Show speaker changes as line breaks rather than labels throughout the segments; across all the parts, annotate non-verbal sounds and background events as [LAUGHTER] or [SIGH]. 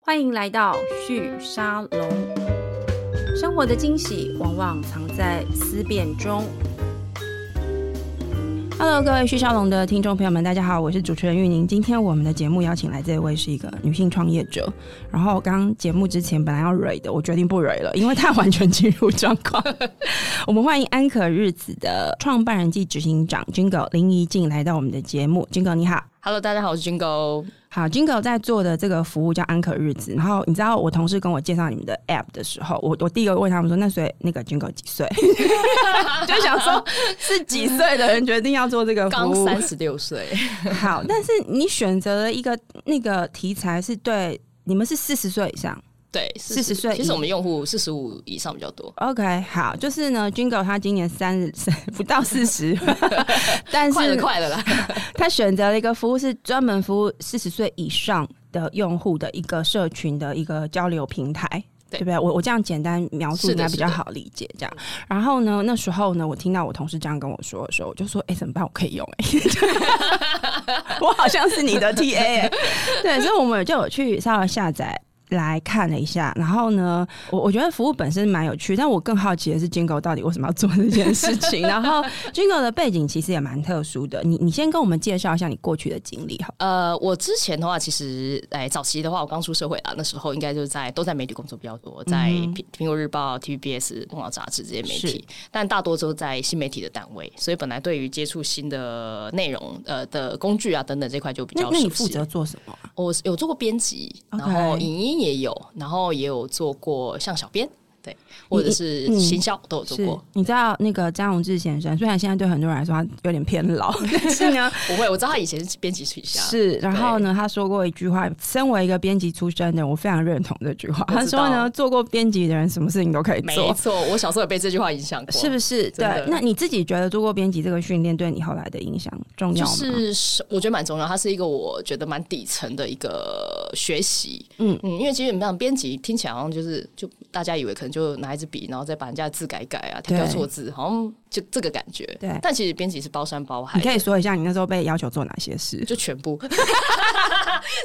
欢迎来到旭沙龙。生活的惊喜往往藏在思辨中。Hello，各位旭沙龙的听众朋友们，大家好，我是主持人玉宁。今天我们的节目邀请来这位是一个女性创业者。然后刚节目之前本来要蕊的，我决定不蕊了，因为她完全进入状况。 [LAUGHS] 我们欢迎安可日子的创办人暨执行长 Jingle 林怡静来到我们的节目。Jingle 你好。
Hello，大家好，我是军狗。
好，Jingle 在做的这个服务叫安可日子。然后你知道我同事跟我介绍你们的 App 的时候，我我第一个问他们说：“那所以那个 Jingle 几岁？” [LAUGHS] 就想说是几岁的人决定要做这个服
刚
务。
三十六岁，
好，但是你选择了一个那个题材是对你们是四十岁以上。
[LAUGHS] 对，
40岁
其实我们用户四十五以上比较多，
OK，好，就是呢，Jingle 他今年三十三不到四十， [LAUGHS] 但
快
是
了快了啦。 [LAUGHS]
他选择了一个服务是专门服务四十岁以上的用户的一个社群的一个交流平台。对不
对
对？我我这样简单描述
是的
应该比较
是的
好理解，这样。然后呢，那时候呢，我听到我同事这样跟我说的时候，我就说：“哎、怎么办？我可以用、哎，我好像是你的 TA、哎对，所以我们就有去稍微下载来看了一下。然后呢，我我觉得服务本身蛮有趣，但我更好奇的是金狗到底为什么要做这件事情。然
[LAUGHS]
后金狗的背景其实也蛮特殊的，你你先跟我们介绍一下你过去的经历好。
呃，我之前的话，其实哎，早期的话，我刚出社会啊，那时候应该就是在都在媒体工作比较多，在苹苹果日报、TVBS、凤啊凰杂志这些媒
是
体，但大多都在新媒体的单位，所以本来对于接触新的内容、呃的工具啊等等这块就比
那
较
那你
熟
负
悉。
责做什么啊？
我有做过编辑，
OK
然后影音也有，然后也有做过像小编，对，或者是
你
行销都有做
是
过。，
你知道那个张荣志先生，虽然现在对很多人来说他有点偏
[LAUGHS]
老，但是呢，
不会，我知道他以前是编辑取向，
是，然后呢，他说过一句话，身为一个编辑出身的，我非常认同这句话。
我
他
知
说呢，
道
做过编辑的人，什么事情都可以
没
做，
错。我小时候也被这句话影响过，
是不是？
真
对
的，
那你自己觉得做过编辑这个训练对你后来的影响重要
就
吗？
是是我觉得蛮重要，它是一个我觉得蛮底层的一个学习。
嗯
嗯嗯，因为其实你们讲编辑听起来好像就是就大家以为可能就拿一支笔，然后再把人家的字改一改啊，挑挑
对
错字，好像就这个感觉。
对
但其实编辑是包山包海
你
的，
可以说一下你那时候被要求做哪些事？
就全部。 [LAUGHS]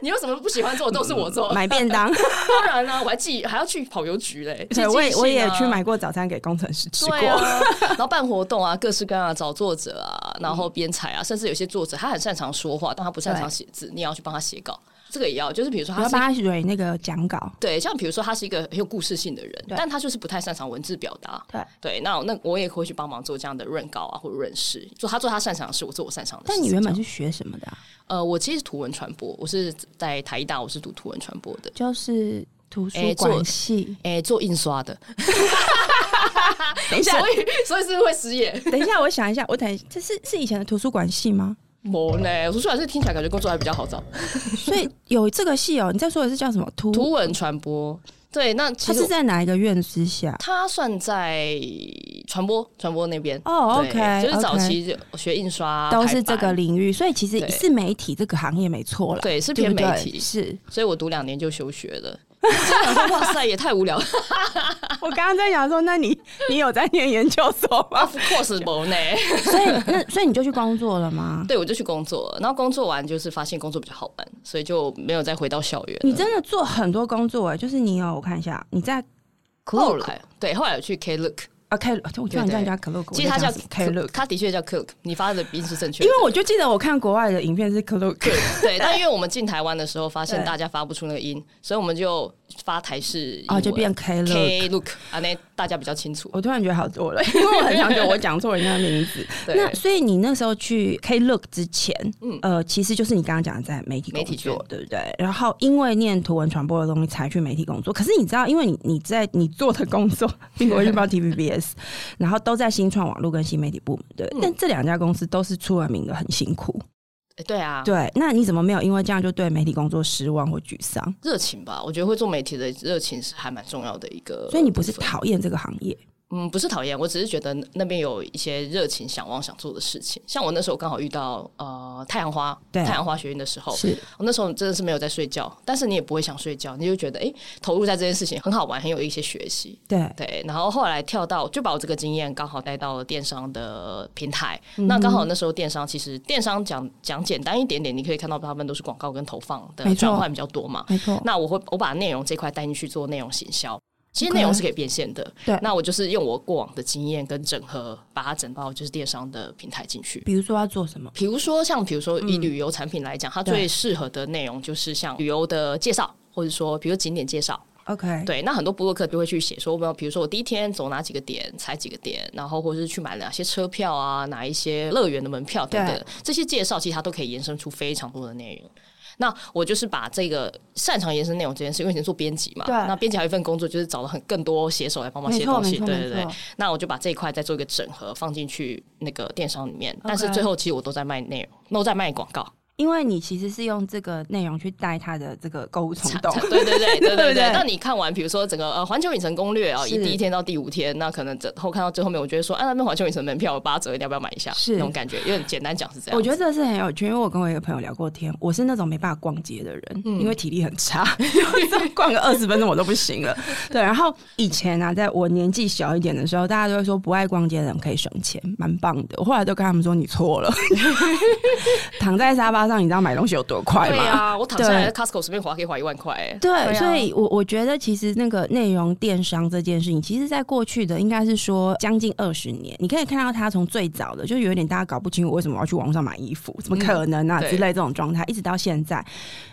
你有什么不喜欢做的都是我做，
买便
[LAUGHS]
当，
当然啦、我还寄还要去跑邮局嘞，
[LAUGHS] 对，我也
寄信啊
我也去买过早餐给工程师吃
对
过。
啊，然后办活动啊，各式各样的找作者啊，然后编采啊，甚至有些作者他很擅长说话，但他不擅长写字，你也要去帮他写稿，这个也要，就是比如说
我
他
要
是
帮。他蕊那个讲稿，
对，像比如说他是一个很有故事性的人，
对
但他就是不太擅长文字表达。
对
对，那那我也会去帮忙做这样的润稿啊，或者润饰，做他做他擅长的事，我做我擅长的事
但
情。
你原本
这
是
样
学什么的啊、
呃，我其实是图文传播，我是在台大，我是读图文传播的。
就是图书
哎做
馆系。
哎、做印刷的，
[LAUGHS] 等一下，
所以 [LAUGHS] 所以是会失业。
等一下，我想一下，我等一下这是是以前的图书馆系
[LAUGHS]
吗？
没呢，图书馆是听起来感觉工作还比较好找。
嗯所以有这个系哦，你在说的是叫什么图？
图文传播，对，那其
它
实
是在哪一个院之下？
它算在传播传播那边。
哦
对
，OK，
就是早期就学印刷啊
都是这。
排
个
版
领域，所以其实
对
是媒体这个行业没错啦，
对，是
对
偏
不
媒
对，
体，
是
所以我读两年就休学了。 [LAUGHS] 真想说，哇塞，也太无
[LAUGHS]
聊了。
我刚刚在想说，那你你有在念研究所吗？
Of course，不呢。
[LAUGHS] 所以那所以你就去工作了吗？
对，我就去工作了，然后工作完就是发现工作比较好玩，所以就没有再回到校园了。
你真的做很多工作哎、就是你有我看一下，你在
后
Cloak
来对，后来有去 K Look，
啊 K，我居然
对对
叫人家 Cloak，
其实它
我在
叫
讲什么 K Look，
它的确叫 Cook，你发的鼻音是正确
因
的。
为我就记得我看国外的影片是 Cloak，
[LAUGHS] 对，但因为我们进台湾的时候，发现
对
大家发不出那个音，所以我们就发台式英文
哦，就变 K Look。哦
K look 啊，那大家比较清楚。
我突然觉得好多了，因为我很常觉得我讲错人家的名字。
对
那所以你那时候去 K Look 之前，
嗯
呃，其实就是你刚刚讲的在媒体工
媒体圈
作，对不对？然后因为念图文传播的东西才去媒体工作。可是你知道，因为你你在你做的工作， [LAUGHS] 苹果日
[LAUGHS]
报、TVBS，然后都在新创网络跟新媒体部门，对。
嗯
但这两家公司都是出了名的很辛苦，
诶对啊，
对。那你怎么没有因为这样就对媒体工作失望或沮丧？
热情吧，我觉得会做媒体的热情是还蛮重要的一个部分。
所以你不是讨厌这个行业，
嗯，不是讨厌，我只是觉得那边有一些热情、想望、想做的事情。像我那时候刚好遇到呃太阳花，
对
太阳花学院的时候，
是
我那时候真的是没有在睡觉，但是你也不会想睡觉，你就觉得诶，投入在这件事情很好玩，很有一些学习。
对
对，然后后来跳到就把我这个经验刚好带到了电商的平台。
嗯
那刚好那时候电商其实电商讲讲简单一点点，你可以看到他们都是广告跟投放的
没错
转换比较多嘛。
没错，
那我会我把内容这块带进去做内容行销。其实
OK
内容是可以变现的
对
那我就是用我过往的经验跟整合，把它整到就是电商的平台进去。
比如说要做什么？
比如说，像比如说以旅游产品来讲，它
嗯对
最适合的内容就是像旅游的介绍，或者说比如景点介绍。
OK，
对，那很多布洛克就会去写说，我们比如说我第一天走哪几个点，踩几个点，然后或者是去买哪些车票啊，哪一些乐园的门票等
对
等，这些介绍其实它都可以延伸出非常多的内容。那我就是把这个擅长延伸内容这件事，因为以前做编辑嘛，
对
那编辑还有一份工作就是找了很更多写手来帮忙
没
写
错
东
没
西，
错
对
没
对对
错。，
那我就把这一块再做一个整合，放进去那个电商里面。但是最后其实我都在卖内容，都在卖广告。
因为你其实是用这个内容去带他的这个购物冲动，
对对对
对
对
不
对对
对。
那你看完，比如说整个呃环球影城攻略啊，
是
以第一天到第五天，那可能整后看到最后面，我觉得说，啊，那边环球影城门票有八折，要不要买一下？
是
那种感觉，因为简单讲是这样。
我觉得这是很有趣，因为我跟我一个朋友聊过天，我是那种没办法逛街的人，因为
嗯
体力很差， [LAUGHS] 就是逛个二十分钟我都不行了。对，然后以前啊，在我年纪小一点的时候，大家都会说不爱逛街的人可以省钱，蛮棒的。我后来都跟他们说你错了， [LAUGHS] 躺在沙发上，你知道买东西有多快
对
吗？
啊，我躺下来
对
在 Costco 随便划可以划一万块、欸。
对，
啊
所以我我觉得其实那个内容电商这件事情，其实在过去的应该是说将近二十年，你可以看到它从最早的就有点大家搞不清我为什么我要去网上买衣服，怎么可能啊、
嗯对
之类这种状态，一直到现在，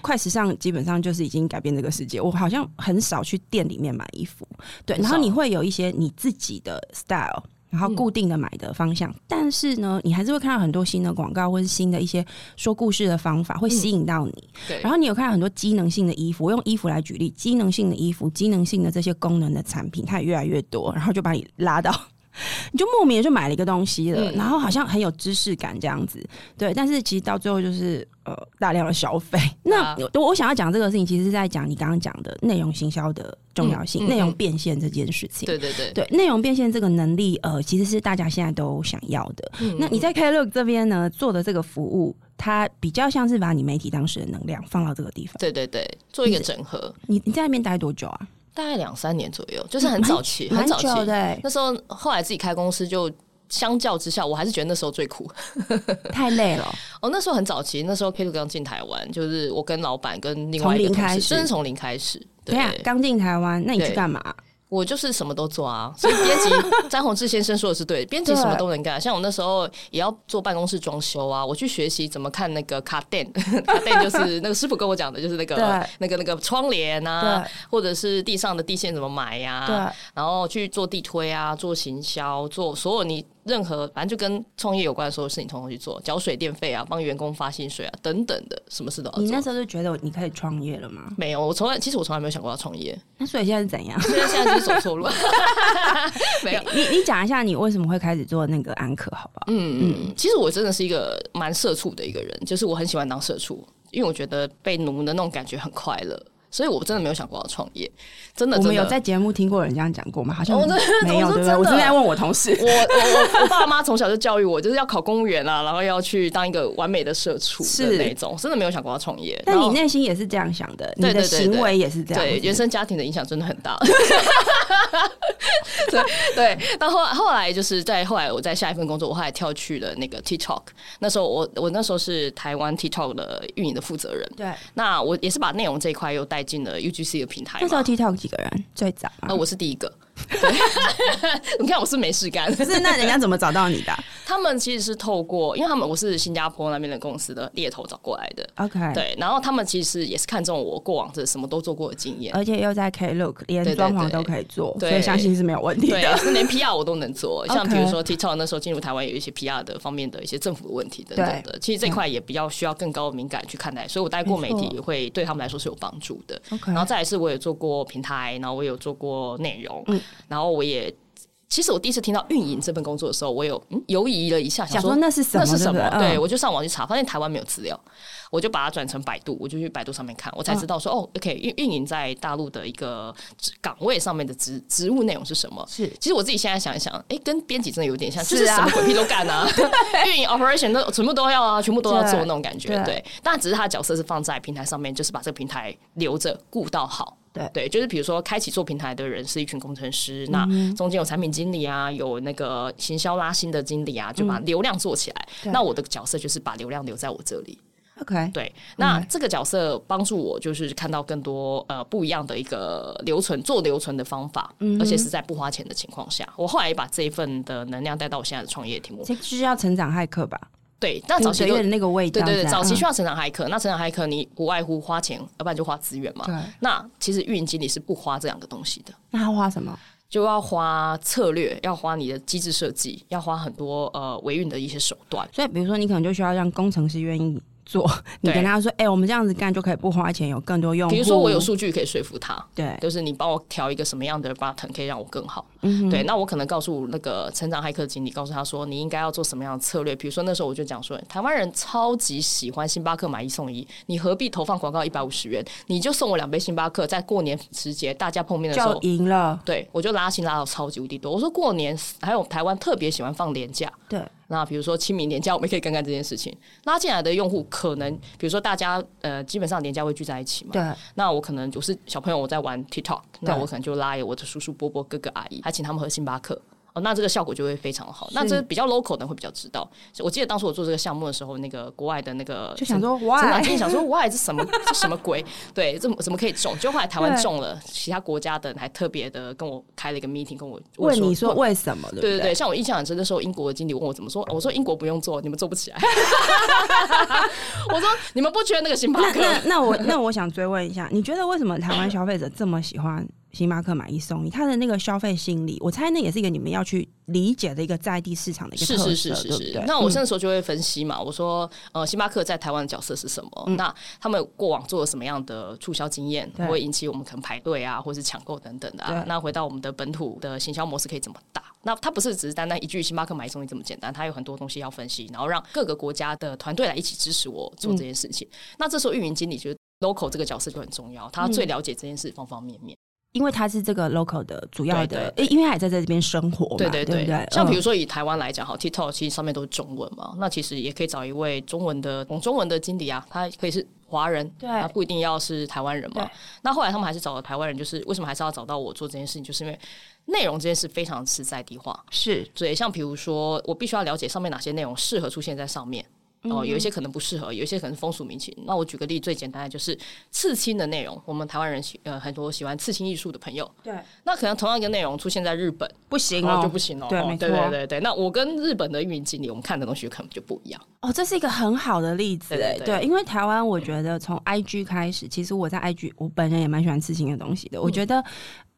快时尚基本上就是已经改变这个世界。我好像很少去店里面买衣服，对，
很
然
少嗯
后你会有一些你自己的 style。然后固定的买的方向，但是呢，你还是会看到很多新的广告或是新的一些说故事的方
嗯
法，会吸引到你。
对，
然后你有看到很多机能性的衣服，我用衣服来举例，机能性的衣服、机能性的这些功能的产品，它也越来越多，然后就把你拉到， [LAUGHS] 你就莫名的就买了一个东西了，
嗯
然后好像很有知识感这样子，对。但是其实到最后就是呃大量的消
[LAUGHS]
费。那
啊
我我想要讲这个事情，其实是在讲你刚刚讲的内容行销的重要性，
嗯嗯
内容
嗯
变现这件事情。
对对对。
对内容变现这个能力，呃，其实是大家现在都想要的。
嗯
那你在 Klook 这边呢做的这个服务，它比较像是把你媒体当时的能量放到这个地方。
嗯对对对，做一个整合，
你你在那边待多久啊？
大概两三年左右，就是很早期，
蛮
很早期
久的、
[LAUGHS]
欸，
那时候后来自己开公司就。相较之下，我还是觉得那时候最苦。
太累了。
哦，那时候很早期，那时候 K 六刚进台湾，就是我跟老板跟另
从
外一
零
个同
开
事，
始
真是从零开始。
对
对，
啊，刚进台湾，那你去
对
干嘛？
我就是什么都做啊，所以编
[LAUGHS]
辑张宏志先生说的是对，编辑什么都能干。啊像我那时候也要做办公室装修啊，我去学习怎么看那个卡
[LAUGHS]
垫，卡垫就是那个师傅跟我讲的，就是那个
对
那个那个窗帘啊，或者是地上的地线怎么啊买呀、
对啊对
然后去做地推啊，做行销，做所有你任何反正就跟创业有关的所有事情，通通去做，缴水电费啊，帮员工发薪水啊，等等的，什么事都要
你那
哦做。
时候就觉得你可以创业了吗？
没有，我从来其实我从来没有想过要创 [LAUGHS] 业，
那所以现在是怎样？ [LAUGHS]
现在现在就是走错路， [LAUGHS] 没有。
你你讲一下你为什么会开始做那个安可，好不好？
嗯，嗯，其实我真的是一个蛮社畜的一个人，就是我很喜欢当社畜，因为我觉得被奴的那种感觉很快乐，所以我真的没有想过要创业，真的
我
真的。
们有在节目听过人这样讲过吗？好像
哦真的
没有，
我说
对不对？
真的
我正在问我同事。
我我我我爸妈从小就教育我，就是要考公务员啊，然后要去当一个完美的社畜
是
的那种，真的没有想过要创业。
[LAUGHS] 但
然
你
后
内心也是这样想的，你
对
的
对对对
行为也是这样子。
对原生家庭的影响真的很大。 [LAUGHS] 对对，到后来后来就是在后来我在下一份工作，我后来跳去了那个 TikTok。那时候我我那时候是台湾 TikTok 的运营的负责人，
对，
那我也是把内容这一块又带进了 UGC 的平台
那时候
嘛。
TikTok 几个人最早
呃，
[LAUGHS] 啊？
哎我是第一个，对 [LAUGHS] 你看我是没事干。
不是，那人家怎么找到你的啊
他们其实是透过，因为他们我是新加坡那边的公司的猎头找过来的，
？OK，，
对。然后他们其实也是看中我过往这什么都做过的经验，
而且又在 Klook，连
对对
装潢都可以做，
对
所以相信是没有问题
对
的。，
是连 PR 我都能做。
OK
像比如说 TikTok 那时候进入台湾，有一些 PR 的方面的一些政府的问题等等的，其实这块也比较需要更高的敏感去看待，所以我待过媒
没
体
错
也会对他们来说是有帮助的。
OK，
然后再来是我有做过平台，然后我有做过内容，
嗯
然后我也。其实我第一次听到运营这份工作的时候，我有嗯犹疑了一下，
想
想
说
说
那是什么
那是什
对
么？
不对
对
嗯
我就上网去查，发现台湾没有资料，我就把它转成百度，我就去百度上面看，
嗯
我才知道说、哦，OK，运运营在大陆的一个职岗位上面的职职务内容是什么？
是
其实我自己现在想一想，哎，跟编辑真的有点像，就是是
啊
什么鬼屁都干
[LAUGHS]
啊，运营 operation 都全部都要啊，全部都要做
对
那种感觉。
对
对，但只是他的角色是放在平台上面，就是把这个平台留着顾到好。
对嗯
对，就是比如说开启做平台的人是一群工程师，那中间有产品经理啊，有那个行销拉新的经理啊，就把流量做起来。
嗯对
那我的角色就是把流量留在我这里。
OK，
对，那这个角色帮助我就是看到更多呃不一样的一个留存做留存的方法，
嗯
而且是在不花钱的情况下。我后来也把这一份的能量带到我现在的创业题目。
这需要成长骇客吧？
对，那早期
你
就
的那个味道
对
这样，嗯
对对，早期需
要
要成长骇客，那成长骇客你不外乎花钱，要不然就花资源嘛
对。
那其实运营经理是不花这两个东西的。
那他花什么？
就要花策略，要花你的机制设计，要花很多呃维运的一些手段。
所以比如说，你可能就需要让工程师愿意做，你
对
跟他说：“哎、我们这样子干就可以不花钱，有更多用户。”
比如说，我有数据可以说服他，
对嗯
就是你帮我调一个什么样的 button 可以让我更好。对，那我可能告诉那个成长骇客经理，告诉他说你应该要做什么样的策略。比如说那时候我就讲说，台湾人超级喜欢星巴克买一送一，你何必投放广告一百五十元？你就送我两杯星巴克，在过年时节大家碰面的时
就
候。
赢了，
对，我就拉新拉到超级无敌多。我说过年还有台湾特别喜欢放年假，
对，
那比如说清明年假，我们可以干干这件事情。拉进来的用户可能，比如说大家呃，基本上年假会聚在一起嘛。
对，
那我可能我是小朋友，我在玩 TikTok，那我可能就拉我的叔叔、伯伯、哥哥、阿姨，还请他们喝星巴克。哦，那这个效果就会非常好。那这比较 local 的人会比较知道。我记得当时我做这个项目的时候，那个国外的那个
就想说
陈长
why
经理想说 why 这什么这什
[LAUGHS]
么鬼？对，这怎么可以中？就后来台湾
对
中了，其他国家的人还特别的跟我开了一个 meeting，跟我
问你
说
说为什么？对不
对
对
对对，像我印象很深，那时候英国的经理问我怎么说，我说英国不用做，你们做
[LAUGHS]
不起来。 [LAUGHS] 我说你们不缺那个星巴
那
克，
那那我那我想追问一下，你觉得为什么台湾消费者这么喜欢星巴克买一送一？他的那个消费心理，我猜那也是一个你们要去理解的一个在地市场的一个
是
特色，
是是是
对
是
不。对？嗯
那我那时候就会分析嘛，我说呃，星巴克在台湾的角色是什么？那他们过往做了什么样的促销经验
嗯对，
会引起我们可能排队啊，或是抢购等等的啊
对？
那回到我们的本土的行销模式可以怎么打？那它不是只是单单一句星巴克买一送一这么简单，它有很多东西要分析，然后让各个国家的团队来一起支持我做这
嗯
件事情。那这时候运营经理就是 local 这个角色就很重要，他
嗯
最了解这件事方方面面。
因为他是这个 local 的主要的，
对对对
诶因为他也在这边生活嘛，
对
对
对，
不对？
像比如
嗯
说以台湾来讲，好，TikTok 其实上面都是中文嘛，那其实也可以找一位中文的懂中文的经理啊，他可以是华人，
对
他不一定要是台湾人
对
嘛。那后来他们还是找了台湾人，就是为什么还是要找到我做这件事情，就是因为内容这件事非常是在地化，
是
对，像比如说，我必须要了解上面哪些内容适合出现在上面。
嗯
哦，有一些可能不适合，有一些可能风俗民情。那我举个例，最简单的就是刺青的内容。我们台湾人喜呃很多喜欢刺青艺术的朋友，
对，
那可能同样一个内容出现在日本，
不行
然
哦，
后就不行了。
对，
哦
没错，
对对对对。那我跟日本的运营经理，我们看的东西可能就不一样。
哦，这是一个很好的例子，
对对
哎，
对
对，因为台湾我觉得从 IG 开始，其实我在 IG 我本人也蛮喜欢刺青的东西的，我
嗯
觉得。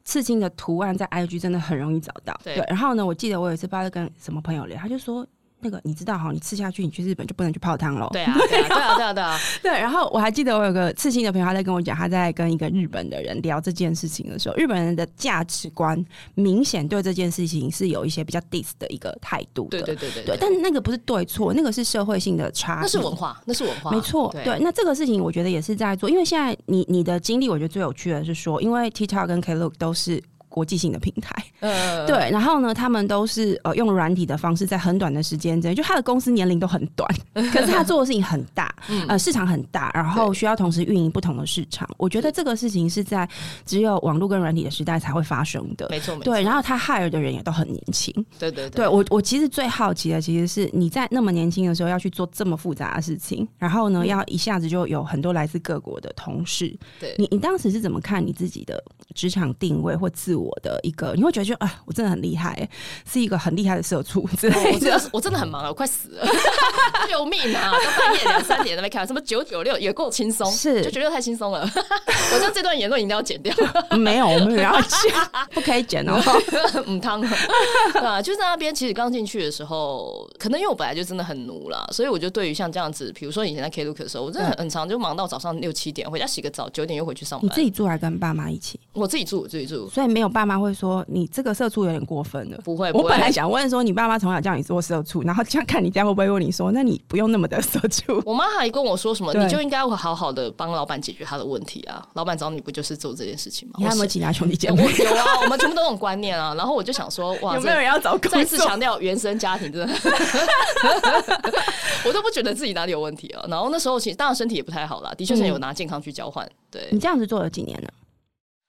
刺青的图案在 IG 真的很容易找到，
对
然后呢，我记得我有一次不知道在跟什么朋友聊，他就说那个你知道哈，你刺下去，你去日本就不能去泡汤喽。[LAUGHS]
对啊，对啊，对啊，对啊，对啊。
对，然后我还记得我有个刺青的朋友，他在跟我讲，他在跟一个日本的人聊这件事情的时候，日本人的价值观明显对这件事情是有一些比较 dis 的一个态度的。
对对对对
对，但那个不是对错，那个是社会性的差异。
那是文化，那是文化，
没错，
对
对。那这个事情我觉得也是在做，因为现在你你的经历，我觉得最有趣的是说，因为 TikTok 跟 Klook 都是。国际性的平台，
呃，
对，然后呢，他们都是呃用软体的方式，在很短的时间之内，就他的公司年龄都很
[LAUGHS]
短，可是他做的事情很大，
嗯
呃，市场很大，然后需要同时运营不同的市场。我觉得这个事情是在只有网络跟软体的时代才会发生的，
没错，没错，
对。然后他 hire 的人也都很年轻，
对对
对我，我其实最好奇的其实是你在那么年轻的时候要去做这么复杂的事情，然后
嗯
呢，要一下子就有很多来自各国的同事。
对
你，你当时是怎么看你自己的职场定位或自我的一个？你会觉得就啊，我真的很厉害、是一个很厉害的社畜之
哦
类
我真
的。
的是我真的很忙啊，我快死了，救命啊！到半夜两三点在那边看什么九九六也够轻松，
是
就觉得太轻松了。 [LAUGHS] 我觉得这段言论一定要剪掉，
[LAUGHS] 没有，我们有要
[LAUGHS]
剪，不可以剪哦。
母嗯汤了，对啊，就在那边，其实刚进去的时候，可能因为我本来就真的很奴啦，所以我就对于像这样子，比如说以前在 K Look 的时候，我真的很很常就忙到早上六七点，回家洗个澡，九点又回去上
嗯你自
班。
己住还跟爸妈一起，
我自己住，我自己住，
所以没有爸妈会说你这个社畜有点过分了。
不会，不
我
会
本来想问说，你爸妈从小叫你做社畜，然后这样看你家会不会问你说，那你不用那么的社畜？
我妈还跟我说什么，
对
你就应该会好好的帮老板解决他的问题啊！老板找你不就是做这件事情吗？
你还有没有
我是
其他兄弟姐
[LAUGHS] 我
妹？
有啊，我们全部都有这种观念啊。然后我就想说，
[LAUGHS]
哇，
有没有人要找
这
工
[LAUGHS] 再次
[LAUGHS] 作
强？调原生家庭真的， [LAUGHS] 我都不觉得自己哪里有问题啊。然后那时候其实当然身体也不太好啦，的确
嗯
是有拿健康去交换。对，
你这样子做了几年了？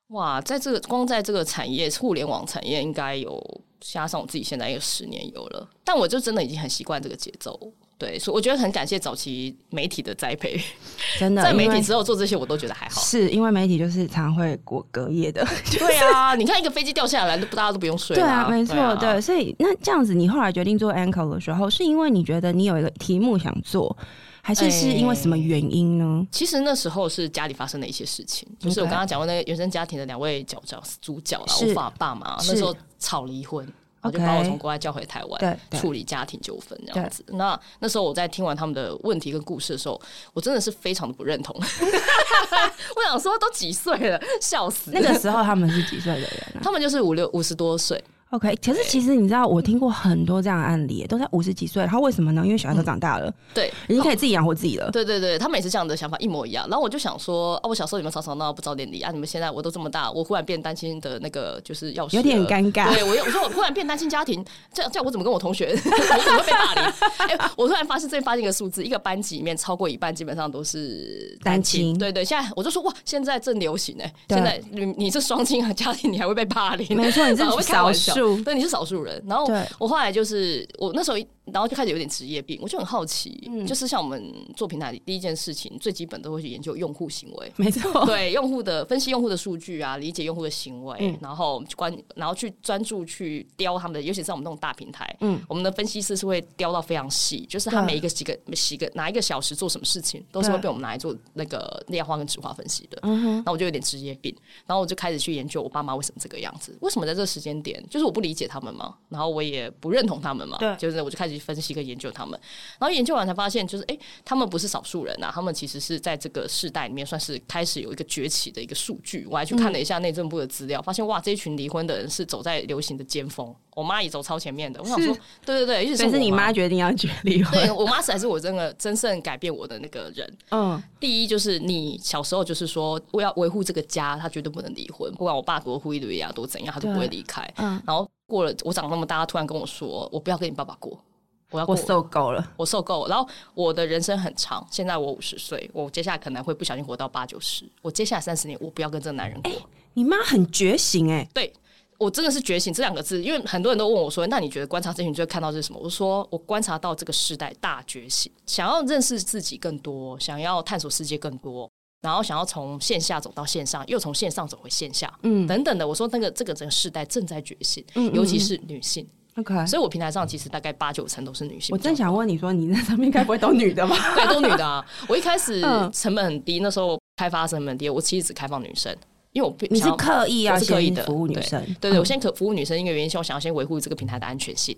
哇，在这个光在这个产业，互联网产业应该有加上我自己现在有十年有了，但我就真的已经很习惯这个节奏。对，所以我觉得很感谢早期媒体的栽培，
真的，
在媒
因为
体之后做这些我都觉得还
[LAUGHS]
好。
是因为媒体就是常会过隔夜
[LAUGHS]
的，
对啊，你看一个飞机掉下来，都大家都不用睡
对
啦
啊，没错，
啊
对，所以那这样子，你后来决定做 anchor 的时候，是因为你觉得你有一个题目想做，还是是因为什么原因
[LAUGHS]
呢？
其实那时候是家里发生的一些事情，就是我
OK
刚刚讲过那个原生家庭的两位角角主角啦，
是
我爸爸妈
是
那时候吵离婚，我
OK
就把我从国外叫回台湾。
对对
处理家庭纠纷这样子，那那时候我在听完他们的问题跟故事的时候，我真的是非常的不认
[LAUGHS]
同。我想说，都几岁了，笑死！
那个时候他们是几岁的人、啊、
他们就是五六五十多岁，
[LAUGHS] ？OK，可是其实你知道，我听过很多这样的案例，都在五十几岁，然后为什么呢？因为小孩都长大了，
对，
已经可以自己养活自己了。
嗯对 [LAUGHS] 对对，他们也是这样的想法一模一样。然后我就想说，啊，我小时候你们吵吵闹闹不早点离啊，你们现在我都这么大，我忽然变单亲的那个就是钥匙，
有点尴尬
对我又，我说我忽然变单亲家庭，这样这样我怎么跟我同学， [LAUGHS] 我怎么会被霸凌？哎、我突然发现最近发现一个数字，一个班级里面超过一半基本上都是
单亲
对对，现在我就说哇，现在正流行哎、
对
现在你你是双亲的家庭，你还会被霸凌？
没错，你
[LAUGHS] 我会
是
开
少
玩笑
数。
对，你是少数人。然后
对
我后来就是我那时候一，然后就开始有点职业病，我就很好奇，
嗯
就是像我们做平台里第一件事情，最基本都会去研究用户行为。
没错，
对用户的分析、用户的数据啊，理解用户的行为，
嗯
然后关，然后去专注去雕他们的，尤其是像我们那种大平台，
嗯
我们的分析师是会雕到非常细，就是他
对
每一个几个几个哪一个小时做什么事情，都是会
对
被我们拿来做那个量化跟质化分析的。
嗯哼，
然后我就有点职业病，然后我就开始去研究我爸妈为什么这个样子，为什么在这个时间点，就是我不理解他们嘛，然后我也不认同他们嘛，
对
就是我就开始分析跟研究他们，然后研究完才发现，就是诶，他们不是少数人啊，他们其实是在这个世代里面算是开始有一个崛起的一个数据。我还去看
嗯
了一下内政部的资料，发现哇，这一群离婚的人是走在流行的尖峰，我妈也走超前面的。我想说
是，
对对 [LAUGHS] 对，尤其
所以
我
是你妈。决定要决离
对
婚。
我妈才是我真的真正改变我的那个人，
嗯，
第一就是你小时候就是说我要维护这个家，他绝对不能离婚，不管我爸多忽一对呀多怎样，他都不会离开。
嗯
然后过了我长那么大，他突然跟我说我不要跟你爸爸过，我要过
我受够了。
我受够了。然后我的人生很长，现在我五十岁，我接下来可能会不小心活到八九十，我接下来三十年我不要跟这个男人过。
你妈很觉醒哎、
对我真的是觉醒这两个字，因为很多人都问我说：“那你觉得观察这群就会看到这是什么？”我说：“我观察到这个时代大觉醒，想要认识自己更多，想要探索世界更多，然后想要从线下走到线上，又从线上走回线下，
嗯
等等的。”我说：“那个这个整个时代正在觉醒，
嗯嗯嗯
尤其是女性。
，OK。
所以我平台上其实大概八九成都是女性。
我正想问你说，你那上面该不会都女的吧？
对，都女的啊。我一开始
[LAUGHS] 嗯
成本很低，那时候开发成本很低，我其实只开放女生，因为我不
[LAUGHS] 你是
想要
刻意要
我是刻意
先
的
服务女生，嗯
对对，我先可服务女生一个原因，是我想要先维护这个平台的安全性。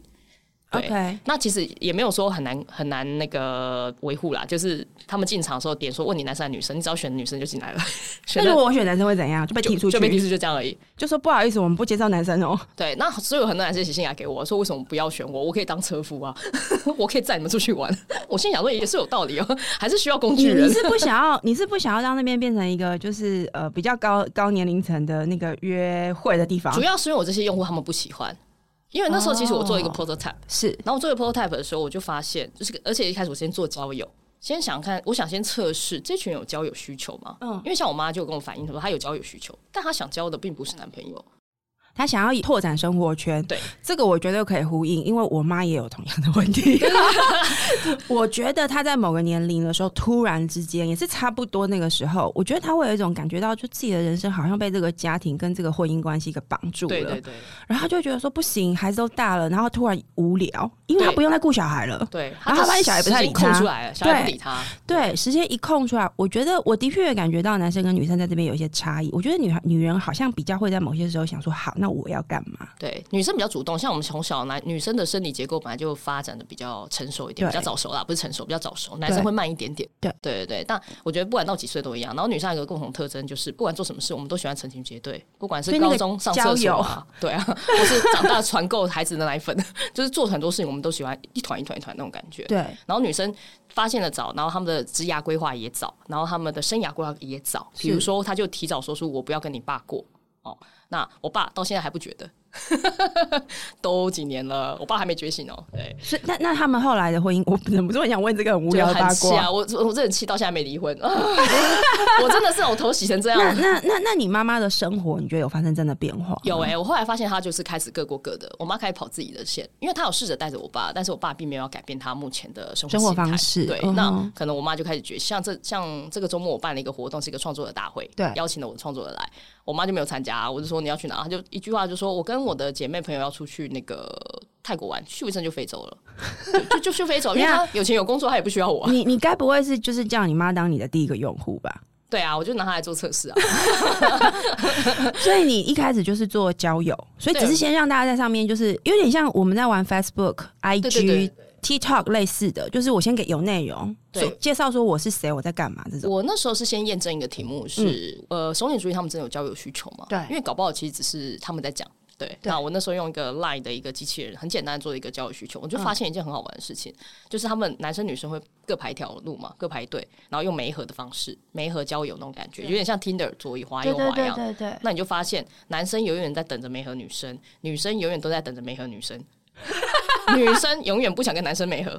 对
OK，
那其实也没有说很难很难那个维护啦，就是他们进场的时候点说问你男生还是女生，你只要选女生就进来了，选
那如
了
果我选男生会怎样？就被踢出
就被踢
去，
出去就这样而已。
就说不好意思，我们不接受男生 [LAUGHS] 哦。
对，那所以有很多男生写信来给我说，为什么不要选我？我可以当车夫啊， [LAUGHS] 我可以载你们出去玩。我心里想说也是有道理哦、还是需要工具
你
人
你。 [LAUGHS] 是不想要，你是不想要让那边变成一个就是呃比较高高年龄层的那个约会的地方
主？要是因为我这些用户他们不喜欢，因为那时候其实我做一个
哦
prototype，、
是
然后我做一个 prototype 的时候，我就发现，就是而且一开始我先做交友，先想看，我想先测试这群人有交友需求吗？
嗯
嗯，因为像我妈就跟我反映她说，她有交友需求，但她想交的并不是男朋友。
他想要拓展生活圈，
对
这个我觉得可以呼应，因为我妈也有同样的问题。 [LAUGHS] 我觉得她在某个年龄的时候，突然之间也是差不多那个时候，我觉得她会有一种感觉到，就自己的人生好像被这个家庭跟这个婚姻关系给绑住了，
对对对
然后她就会觉得说不行，孩子都大了，然后突然无聊，因为她
对
不用再顾小孩了。
对，
然后她发现小孩不太理她
空出来了，小孩不理她。
对，时间一空出来，我觉得我的确也感觉到男生跟女生在这边有一些差异。我觉得女孩女人好像比较会在某些时候想说，好，那那我要干嘛？
对，女生比较主动，像我们从小男女生的生理结构本来就发展的比较成熟一点，
对
比较早熟啦，不是成熟，比较早熟，男生会慢一点点。
对
对对对，但我觉得不管到几岁都一样。然后女生还有一个共同特征就是，不管做什么事，我们都喜欢成群结队，不管是
所以那
高
个
中上厕所
交友
啊，对啊，或是长大团购孩子的奶粉， [LAUGHS] 就是做很多事情，我们都喜欢一团一团一团那种感觉。
对，
然后女生发现的早，然后她们的职涯规划也早，然后她们的生涯规划也早。比如说，她就提早说出我不要跟你爸过哦。那我爸到现在还不觉得，哦都几年了，我爸还没觉醒
[LAUGHS]
哦。对，
是那那他们后来的婚姻，我忍不住很想问这个很无
就
聊的八
很气
卦。
啊！我我真的很气，到现在没离婚。 [LAUGHS] 我真的是我头洗成这
那
样。
那那那你妈妈的生活，你觉得有发生真的变化？
有哎、我后来发现她就是开始各过各的。我妈开始跑自己的线，因为她有试着带着我爸，但是我爸并没有要改变她目前的生活
生活
形态
方式
对，
嗯哼
那可能我妈就开始觉得，像这像这个周末我办了一个活动，是一个创作者大会，
对
邀请了我的创作者来，我妈就没有参加。我就说你要去哪？她就一句话就说，我跟我的姐妹朋友要出去那个泰国玩，去一阵就飞走了， [LAUGHS] 就就就去飞走，因
[LAUGHS]
为
等一下
她有钱有工作，她也不需要我啊。
你你该不会是就是叫你妈当你的第一个用户
[LAUGHS]
吧？
对啊，我就拿她来做测试啊。
所以你一开始就是做交友，所以
对
只是先让大家在上面，就是有点像我们在玩 Facebook、IG
对对对。
TikTok 类似的，就是我先给有内容，
对
所介绍说我是谁，我在干嘛这种。
我那时候是先验证一个题目是，呃，熟女主义他们真的有交友需求吗？
对
因为搞不好其实只是他们在讲。对，那我那时候用一个 Line 的一个机器人，很简单地做一个交友需求，我就发现一件很好玩的事情，就是他们男生女生会各排一条路嘛，各排队，然后用媒合的方式，媒合交友那种感觉，有点像 Tinder 左一滑右滑一样。
对对。
那你就发现，男生永远在等着媒合女生，女生永远都在等着媒合女生， [LAUGHS] 女生永远不想跟男生媒合。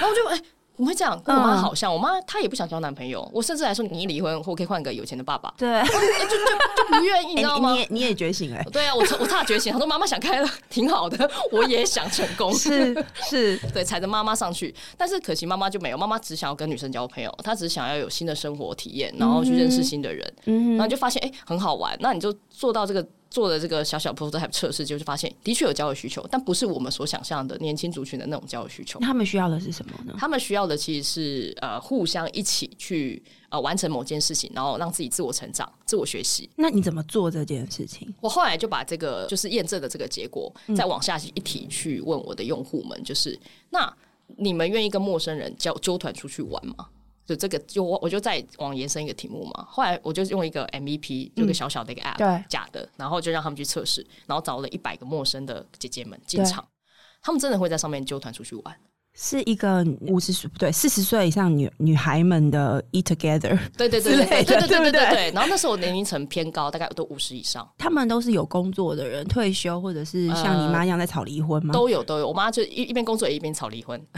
然后我就哎、我会这样，跟我
嗯
妈好像，我妈她也不想交男朋友。我甚至还说，你一离婚，我可以换个有钱的爸爸，
对，
就不愿哦意，你
哎
知道
你你
吗？
也你也觉
[LAUGHS]
醒哎、
对啊，我差我差点觉醒，她说妈妈想开了，挺好的，我也想成功。
是是，
对，踩着妈妈上去，但是可惜妈妈就没有，妈妈只想要跟女生交朋友，她只想要有新的生活体验，然后去认识新的人，然后你就发现哎、很好玩，那你就做到这个做的这个小小 prototype 测试，就是发现的确有交友需求，但不是我们所想象的年轻族群的那种交友需求
那。他们需要的是什么呢？
他们需要的其实是呃互相一起去呃完成某件事情，然后让自己自我成长、自我学习。
那你怎么做这件事情？
我后来就把这个就是验证的这个结果，
嗯
再往下一题去问我的用户们，就是那你们愿意跟陌生人交纠团出去玩吗？就这个，就我我就再往延伸一个题目嘛。后来我就用一个 MVP，就一个小小的一个 App，、
嗯对
假的，然后就让他们去测试，然后找了一百个陌生的姐姐们进场，他们真的会在上面纠团出去玩。
是一个五十岁不对四十岁以上女女孩们的 eat together， [LAUGHS]
对对对
之
对
类
对
的
对对
对不
对
对
对。然后那时候我年龄层偏高，大概都五十以上，
他们都是有工作的人，退休或者是像你妈一样在吵离婚吗、
都有都有。我妈就一一边工作也一边吵离婚， [LAUGHS]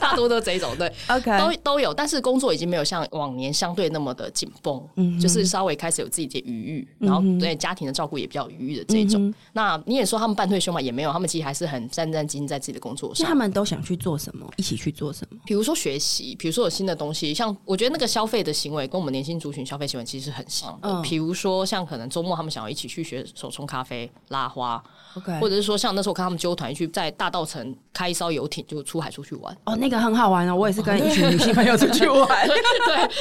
大多都这一种，对，
o k
都都有。但是工作已经没有像往年相对那么的紧绷，
嗯哼
就是稍微开始有自己的余裕，然后
嗯哼嗯
对家庭的照顾也比较有余裕的这一种。那你也说他们半退休嘛，也没有，他们其实还是很战战兢兢在自己的工作
那
上
他。们都想去做什么？一起去做什么？
比如说学习，比如说有新的东西，像我觉得那个消费的行为跟我们年轻族群消费行为其实很像的。
嗯
比如说像可能周末他们想要一起去学手冲咖啡、拉花，
OK，
或者是说像那时候我看他们纠团去在大道城开一艘游艇就出海出去玩。
哦，那个很好玩哦，我也是跟一群女性朋友出去玩。
[LAUGHS] 对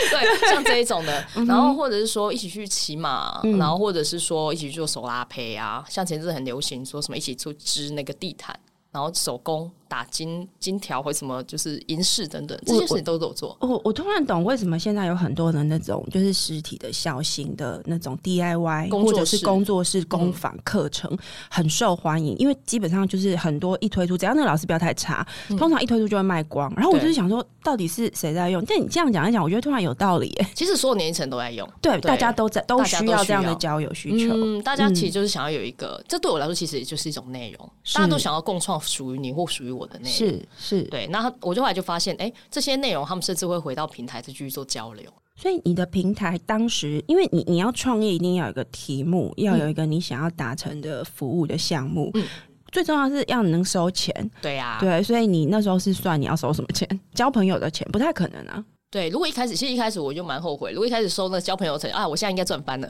对，像这一种的，然后或者是说一起去骑马，然后或者是说一起去做手拉胚啊，像前阵很流行说什么一起去织那个地毯，然后手工打金金条或什么就是银饰等等，这些事情都有做。
哦我我突然懂为什么现在有很多人那种就是实体的小型的那种 DIY
工作
或
室嗯
者是工作室工坊课程、很受欢迎，因为基本上就是很多一推出，只要那个老师不要太差，通常一推出就会卖光。然后我
嗯对
就是想说，到底是谁在用？但你这样讲一讲，我觉得突然有道理耶。 [LAUGHS]
其实所有年龄层都在用。
对，
对
大家都在都
大家
需
都
要
需
这样的
要
交友需求。
嗯，大家其实就是想要有一个，这对我来说其实也就是一种内容，大家都想要共创属于你或属于我的内容。
是是，
对，那他我就后来就发现，哎、这些内容他们甚至会回到平台再继续做交流。
所以你的平台当时，因为你你要创业，一定要有一个题目，要有一个你想要达成的服务的项目。
嗯
最重要是要能收钱，
对啊呀、
对，所以你那时候是算你要收什么钱？交朋友的钱不太可能啊。
对如果一开始，其实一开始我就蛮后悔，如果一开始收那交朋友钱啊，我现在应该赚翻了。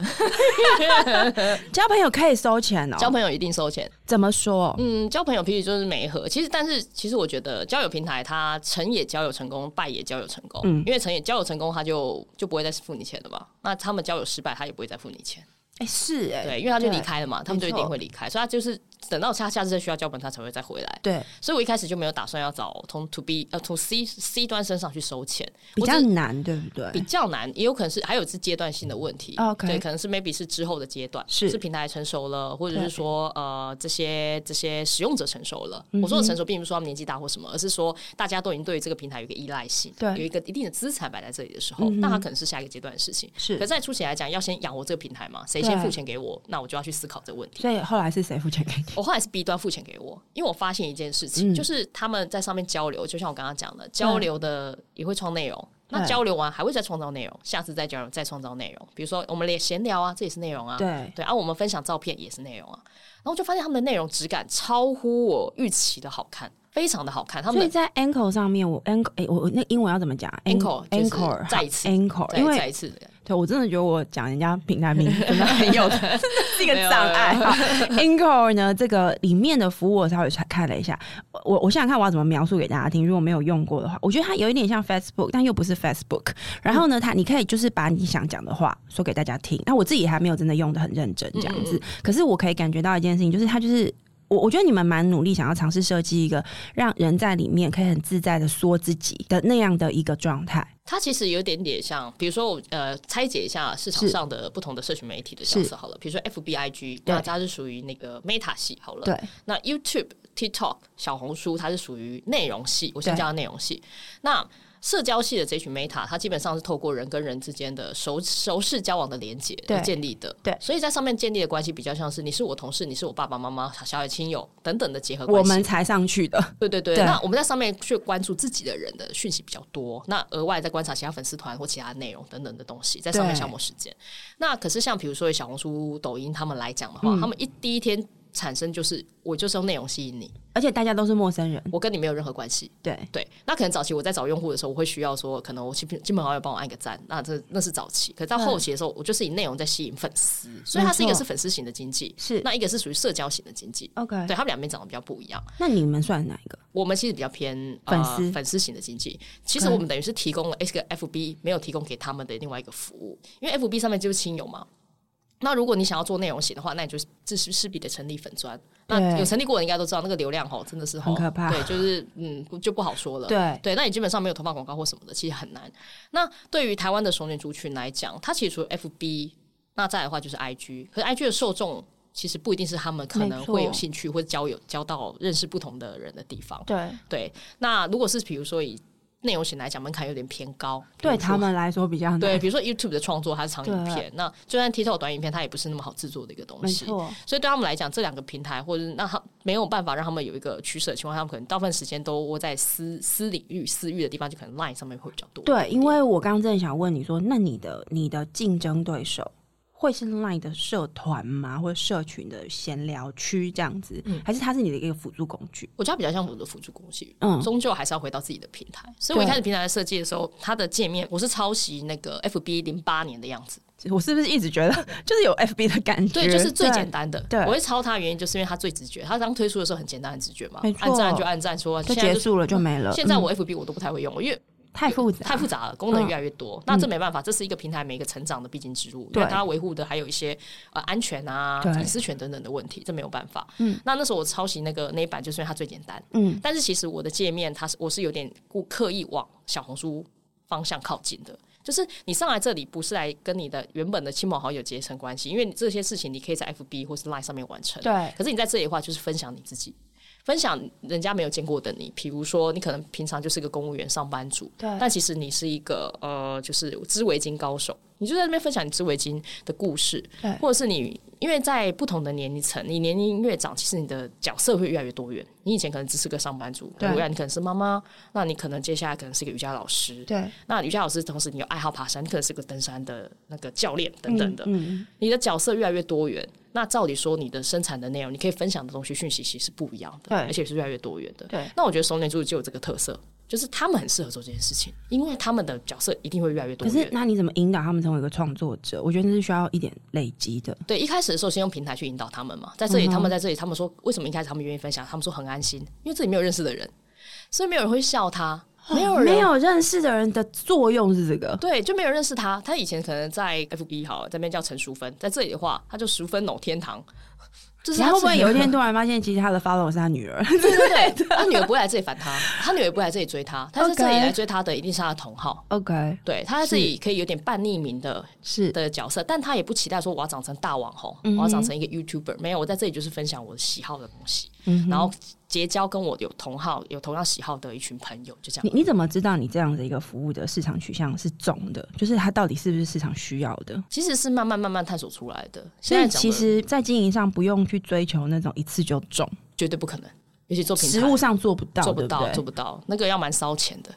交朋友可以收钱哦。
交朋友一定收钱，
怎么说？
嗯，交朋友其实就是媒合。其实，但是其实我觉得交友平台它成也交友成功，败也交友成功。
嗯
因为成也交友成功，他就就不会再付你钱了吧？那他们交友失败，他也不会再付你钱。
哎、哎、是哎、
对，因为他就离开了嘛，他们就
没
一
错
定会离开，所以他就是等到他下次再需要教本，他才会再回来。
对，
所以我一开始就没有打算要找从 to B 呃 to C C 端身上去收钱，
比
我只
较难，对不对？
比较难，也有可能是还有是阶段性的问题。
OK
对，可能是 maybe 是之后的阶段，
是
平台成熟了，或者
对
是说呃这些这些使用者成熟了。
嗯
我说的成熟，并不是说他们年纪大或什么，而是说大家都已经对这个平台有一个依赖性，
对嗯
有一个一定的资产摆在这里的时候，那它可能是下一个阶段的事情。
是
可在初期来讲，要先养活这个平台嘛，谁先
对
付钱给我，那我就要去思考这个问题。
所以后来是谁付钱给你？
我后来是 B 端付钱给我，因为我发现一件事情，
嗯
就是他们在上面交流，就像我刚刚讲的，交流的也会创内容。那
对
交流完还会再创造内容，下次再交流再创造内容。比如说我们连闲聊啊，这也是内容啊。
对，
对啊，我们分享照片也是内容啊。然后我就发现他们的内容质感超乎我预期的好看，非常的好看。他
所以
们
在 anchor 上面，我 anchor，哎、我我那英文要怎么讲啊
Anchor，就是
anchor
再一次
anchor，
再
因为
再一次
对我真的觉得我讲人家平台名真的很 [LAUGHS] 有是一个障碍。好 Anchor 呢，这个里面的服务我稍微看了一下，我我我想想看我要怎么描述给大家听。如果没有用过的话，我觉得它有一点像 Facebook，但又不是 Facebook。然后呢，它你可以就是把你想讲的话说给大家听。那我自己还没有真的用的很认真这样子，可是我可以感觉到一件事情，就是它就是。我我觉得你们蛮努力，想要尝试设计一个让人在里面可以很自在的说自己的那样的一个状态。
它其实有点点像，比如说我呃拆解一下市场
是
上的不同的社群媒体的角
是
色好了，比如说 FBIG，那它是属于那个 Meta 系好了，
对，
那 YouTube、TikTok、小红书它是属于内容系，我先
对
叫它内容系。那社交系的这群 Meta，它基本上是透过人跟人之间的熟熟识交往的连接
对
而建立的，
对
所以在上面建立的关系比较像是你是我同事，你是我爸爸妈妈、小小亲友等等的结合关系。
我们才上去的。
对对对，
对
那我们在上面去关注自己的人的讯息比较多，那额外再观察其他粉丝团或其他内容等等的东西，在上面
对
消磨时间。那可是像比如说以小红书、抖音他们来讲的话，他们一第一天产生就是我就是用内容吸引你，
而且大家都是陌生人，
我跟你没有任何关系。
对
对，那可能早期我在找用户的时候，我会需要说，可能我亲朋亲朋好友帮我按个赞，那这那是早期。可到后期的时候，我就是以内容在吸引粉丝，所以它是一个
没错
是粉丝型的经济，
是
那一个是属于社交型的经济。
，OK，
对，他们两边长得比较不一样。
那你们算哪一个？
我们其实比较偏
粉
呃、
丝嗯
粉丝型的经济。其实我们等于是提供了一个 FB 没有提供给他们的另外一个服务，因为 FB 上面就是亲友嘛。那如果你想要做内容型的话，那你就是这是势必得成立粉砖。那
对
有成立过的应该都知道，那个流量吼真的是吼
很可怕
对，就是嗯就不好说了。
对
对，那你基本上没有投放广告或什么的，其实很难。那对于台湾的熟年族群来讲，它其实除了 FB，那再来的话就是 IG，可是 IG 的受众其实不一定是他们可能
没错
会有兴趣或者交友交到认识不同的人的地方。
对，
对，那如果是比如说以内容型来讲，门槛有点偏高，比
对
如说
他。们来说比较难，
对，比如说 YouTube 的创作，它是长影
对
片，那就算 TikTok 短影片，它也不是那么好制作的一个东
没
西。
错，
所以对他们来讲，这两个平台或者是让他没有办法让他们有一个取舍的情况下，他们可能大部分时间都窝在私私领域、私域的地方，就可能 Line 上面会比较多一点。
对，因为我刚刚正想问你说，那你的你的竞争对手会是 LINE 的社团吗，或者社群的闲聊区这样子，
嗯
还是它是你的一个辅助工具？ [LAUGHS]
我觉得它比较像我的辅助工具，
嗯
终究还是要回到自己的平台。所以我一
对
开始平台在设计的时候，它的界面我是抄袭那个 FB 零八年的样子，
我是不是一直觉得 [LAUGHS] 就是有 FB 的感觉？
对，就是最简单的。
对
我会抄它的原因就是因为它最直觉，它刚推出的时候很简单很直觉嘛
没，错
按赞就按赞，说
对，
现
就
在
结
就是。
束了就没了。
现在
嗯
我 FB 我都不太会用，因为
太复杂，
太复杂了，功能越来越多。
嗯
那这没办法，这是一个平台每一个成长的必经之路，因
对
为它维护的还有一些呃安全啊
嗯对、
隐私权等等的问题，这没有办法。嗯，那那时候我抄袭那个那一版，就是因为它最简单。
嗯，
但是其实我的界面它是我是有点故刻意往小红书方向靠近的。就是你上来这里不是来跟你的原本的亲朋好友结成关系，因为你这些事情你可以在 FB 或是 Line 上面完成。
对
可是你在这里的话，就是分享你自己，分享人家没有见过的你。比如说，你可能平常就是个公务员上班族，
对
但其实你是一个呃，就是织围巾高手，你就在那边分享你织围巾的故事
对，
或者是你因为在不同的年龄层，你年龄越长，其实你的角色会越来越多元。你以前可能只是个上班族，
对
对，你可能是妈妈，那你可能接下来可能是一个瑜伽老师，
对
那瑜伽老师同时你有爱好爬山，你可能是个登山的那个教练等等的。
嗯，
你的角色越来越多元，那照理说你的生产的内容，你可以分享的东西讯息其实是不一样的，
对
而且是越来越多元的。
对
那我觉得熟年组就有这个特色，就是他们很适合做这件事情，因为他们的角色一定会越来越多
可是
元。
那你怎么引导他们成为一个创作者？我觉得那是需要一点累积的。
对，一开始的时候先用平台去引导他们嘛，在这
嗯
里，他们在这里，他们说为什么一开始他们愿意分享？他们说很安心，因为这里没有认识的人，所以没有人会笑他，没有人
哦没有认识的人的作用是这个，
对，就没有人认识他。他以前可能在 FB 好了，在那边叫陈淑芬，在这里的话，他就淑芬某天
[LAUGHS]
堂。就是
然
他
后会不会有一天
对
突然发现，其实他的 follow 是他女
[LAUGHS]
儿？
对对，他女儿不会来这里烦他，他女儿不会来这里追他，但是
OK
这里来追他的一定是他的同好。
OK，
对，他在这里可以有点半匿名的
是
的角色，但他也不期待说我要长成大网红，
嗯
我要长成一个 YouTuber。没有，我在这里就是分享我喜好的东西，
嗯
然后结交跟我有同好、有同样喜好的一群朋友，就这样
你。你怎么知道你这样的一个服务的市场取向是总的？就是它到底是不是市场需要的？
其实是慢慢慢慢探索出来的。
所
现在
以
讲
其
的
实，在经营上不用去追求那种一次就中，
绝对不可能，尤其做品牌
实物上做不到，
做不到，
对
做
不
不到，那个要蛮烧钱
[LAUGHS]
的。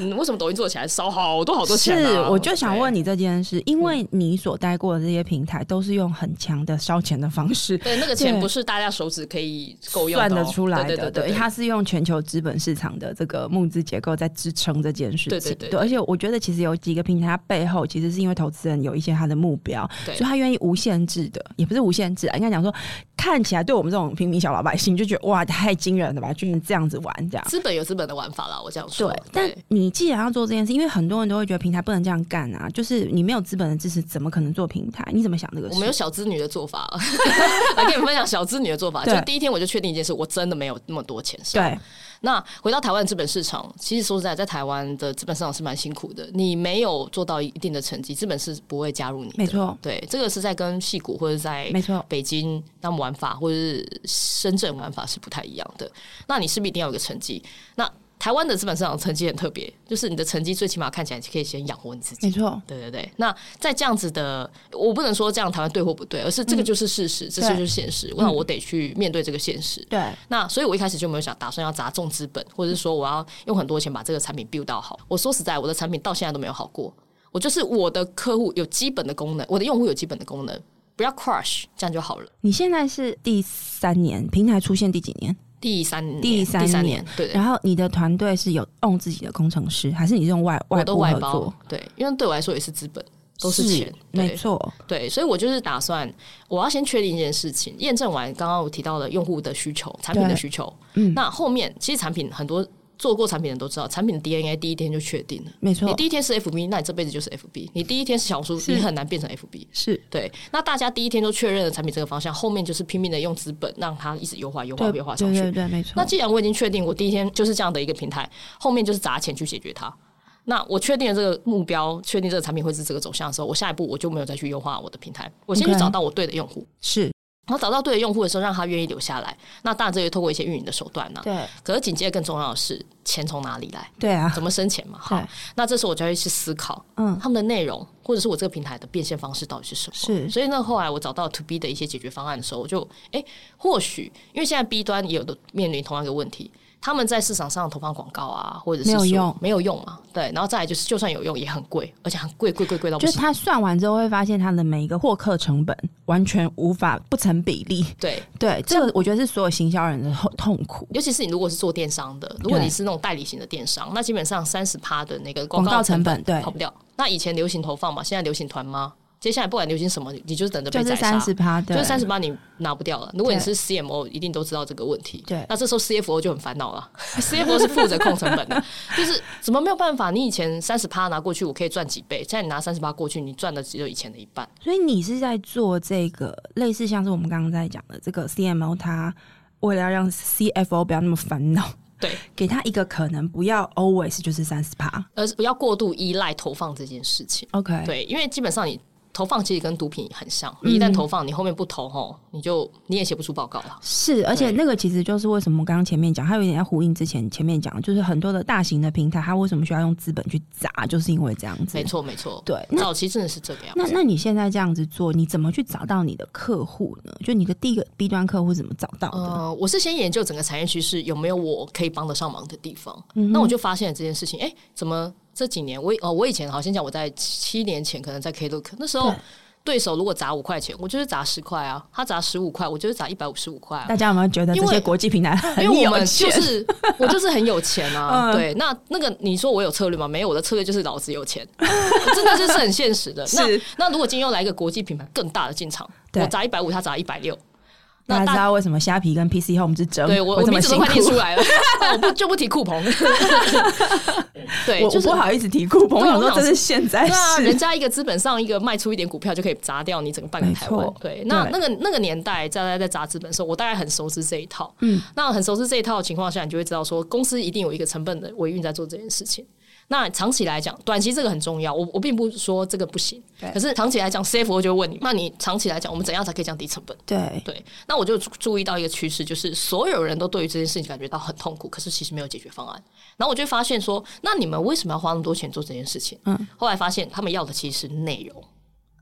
嗯为什么抖音做起来烧好多好
对？
多钱、啊？
是，我就想问
你，
你这件事，因为你所待过的这些平台都是用很强的烧钱的方式。
对那个钱
对
不是大家手指可以够用的哦、
算得出来的，
对对对对
它是用全球资本市场的这个募资结构在支撑这件事情。
对对对对
而且我觉得其实有几个平台，它背后其实是因为投资人有一些他的目标，
对
所以他愿意无限制的，也不是无限制啊，应该讲说，看起来对我们这种平民小老百姓就觉得哇，太惊人了吧，居然这样子玩这样。
资本有资本的玩法啦，我这样说。
对，但你既然要做这件事，因为很多人都会觉得平台不能这样干啊，就是你没有资本的支持，怎么可能做平台？你怎么想这个
我
事？
们有小资女的做法，啊 [LAUGHS] 来跟你们分享小资女的做法。
对
就第一天我就确定一件事，我真的没有那么多钱烧。
对，
那回到台湾的资本市场，其实说实在，在台湾的资本市场是蛮辛苦的。你没有做到一定的成绩，资本是不会加入你的。
没错，
对，这个是在跟戏骨或者在
没错
北京他们玩法或者是深圳玩法是不太一样的。那你势必一定要有个成绩。那台湾的资本市场成绩很特别，就是你的成绩最起码看起来可以先养活你自己
没。错，
对对对，那在这样子的，我不能说这样台湾对或不对，而是这个就是事实，这
嗯对
就是现实。那我得去面对这个现实。
对，
那所以，我一开始就没有想打算要砸重资本，或者是说我要用很多钱把这个产品 build 到好。我说实在，我的产品到现在都没有好过。我就是我的客户有基本的功能，我的用户有基本的功能，不要 crush，这样就好了。
你现在是第三年，平台出现第几年？
第三年，
第三
三
年
年，对对
然后你的团队是有 own 自己的工程师，还是你是用外
我
外
都
部
外
合
包
作？，
对，因为对我来说也是资本，都是钱，对
没错，
对，所以我就是打算，我要先确定一件事情，验证完刚刚我提到的用户的需求、产品的
对
需求，
嗯
那后面其实产品很多做过产品的人都知道，产品的 DNA 第一天就确定了。
没
你
错，
第一天是 FB，那你这辈子就是 FB；你第一天是小红书，
哦是
你很难变成 FB。
是
对，那大家第一天都确认了产品这个方向，后面就是拼命的用资本让它一直优化、优化、
对
优化上
对
去。
对对，没错
那。既然我已经确定我第一天就是这样的一个平台，后面就是砸钱去解决它。那我确定了这个目标，确定这个产品会是这个走向的时候，我下一步我就没有再去优化我的平台，我先去
OK
找到我对的用户。
是
然后找到对的用户的时候，让他愿意留下来。那当然，这也透过一些运营的手段呢、
对
可是紧接着更重要的是，钱从哪里来？
对啊，
怎么生钱嘛？
对
好，那这时候我就会去思考，
嗯，
他们的内容或者是我这个平台的变现方式到底是什么？
是
所以呢，后来我找到 To B 的一些解决方案的时候，我就诶，或许因为现在 B 端也有的面临同样一个问题，他们在市场上投放广告啊，或者是
没有
说
用
没有用嘛，对，然后再来就是就算有用也很贵，而且很贵贵贵贵到
就
不
是
行，
他算完之后会发现他的每一个获客成本完全无法不成比例。
对。
对，这个我觉得是所有行销人的痛痛苦。
尤其是你如果是做电商的，如果
对
你是那种代理型的电商，那基本上三十趴的那个
广告
告
成本对
跑不掉。那以前流行投放嘛，现在流行团妈，接下来不管流行什么，你就是等着被
就是
宰杀。
三十趴，对
就是三十八你拿不掉了。如果你
对
是 CMO，一定都知道这个问题。
对
那这时候 CFO 就很烦恼了。CFO [LAUGHS] 是负责控成本的，就是怎么没有办法？你以前三十趴拿过去，我可以赚几倍，现在你拿三十八过去，你赚的只有以前的一半。
所以你是在做这个类似像是我们刚刚在讲的这个 CMO，他为了要让 CFO 不要那么烦恼，
对，
[LAUGHS] 给他一个可能不要 always 就是三十趴。
而是不要过度依赖投放这件事情。
OK，
对，因为基本上你投放其实跟毒品很像，
嗯
你一旦投放，你后面不投吼，你就你也写不出报告了。
是，而且那个其实就是为什么刚刚前面讲，它有点要呼应之前前面讲的，就是很多的大型的平台，它为什么需要用资本去砸，就是因为这样子
没。错，没错。
对，那
早期真的是这个样
那
子。
那你现在这样子做，你怎么去找到你的客户呢？就你的第一个 B 端客户是怎么找到的？
呃，我是先研究整个产业趋势有没有我可以帮得上忙的地方，
嗯哼
那我就发现了这件事情。哎、怎么这几年我以哦，我以前好先讲我在七年前可能在 Klook 那时候
对。
对手如果砸五块钱，我就是砸十块啊；他砸十五块，我就是砸一百五十五块啊。
大家有没有觉得这
因
些
为
国际平台很
因为我
有
们
钱
就？是我就是很有钱啊，
[LAUGHS] 嗯
对。那那个你说我有策略吗？没有，我的策略就是老子有钱，
[LAUGHS]
真的就是很现实的。那
是
那如果今天又来一个国际品牌更大的进场，
对
我砸一百五，他砸一百六。
大
那
家知
大
道为什么虾皮跟 PC Home 之争
对我
会
我
这么
名字
辛
都快
苦
念？
[LAUGHS]
出来了，但我不就不提酷鹏。 [LAUGHS] 对，
我
就
我
是
不好意思提顾朋
对啊
友说
我想
这是现在
对啊，人
是，
家一个资本上一个卖出一点股票就可以砸掉你整个半个
没
台湾
错。
对，那
对
那个那个年代，大家在砸资本的时候，我大概很熟知这一套。
嗯，
那很熟知这一套的情况下，你就会知道说，公司一定有一个成本的维运在做这件事情。那长期来讲，短期这个很重要，我我并不说这个不行
对，
可是长期来讲，CFO 就会问你，那你长期来讲，我们怎样才可以降低成本？
[LAUGHS] 对
对，那我就注注意到一个趋势，就是所有人都对于这件事情感觉到很痛苦，可是其实没有解决方案。然后我就发现说，那你们为什么要花那么多钱做这件事情？
嗯，
后来发现他们要的其实是内容，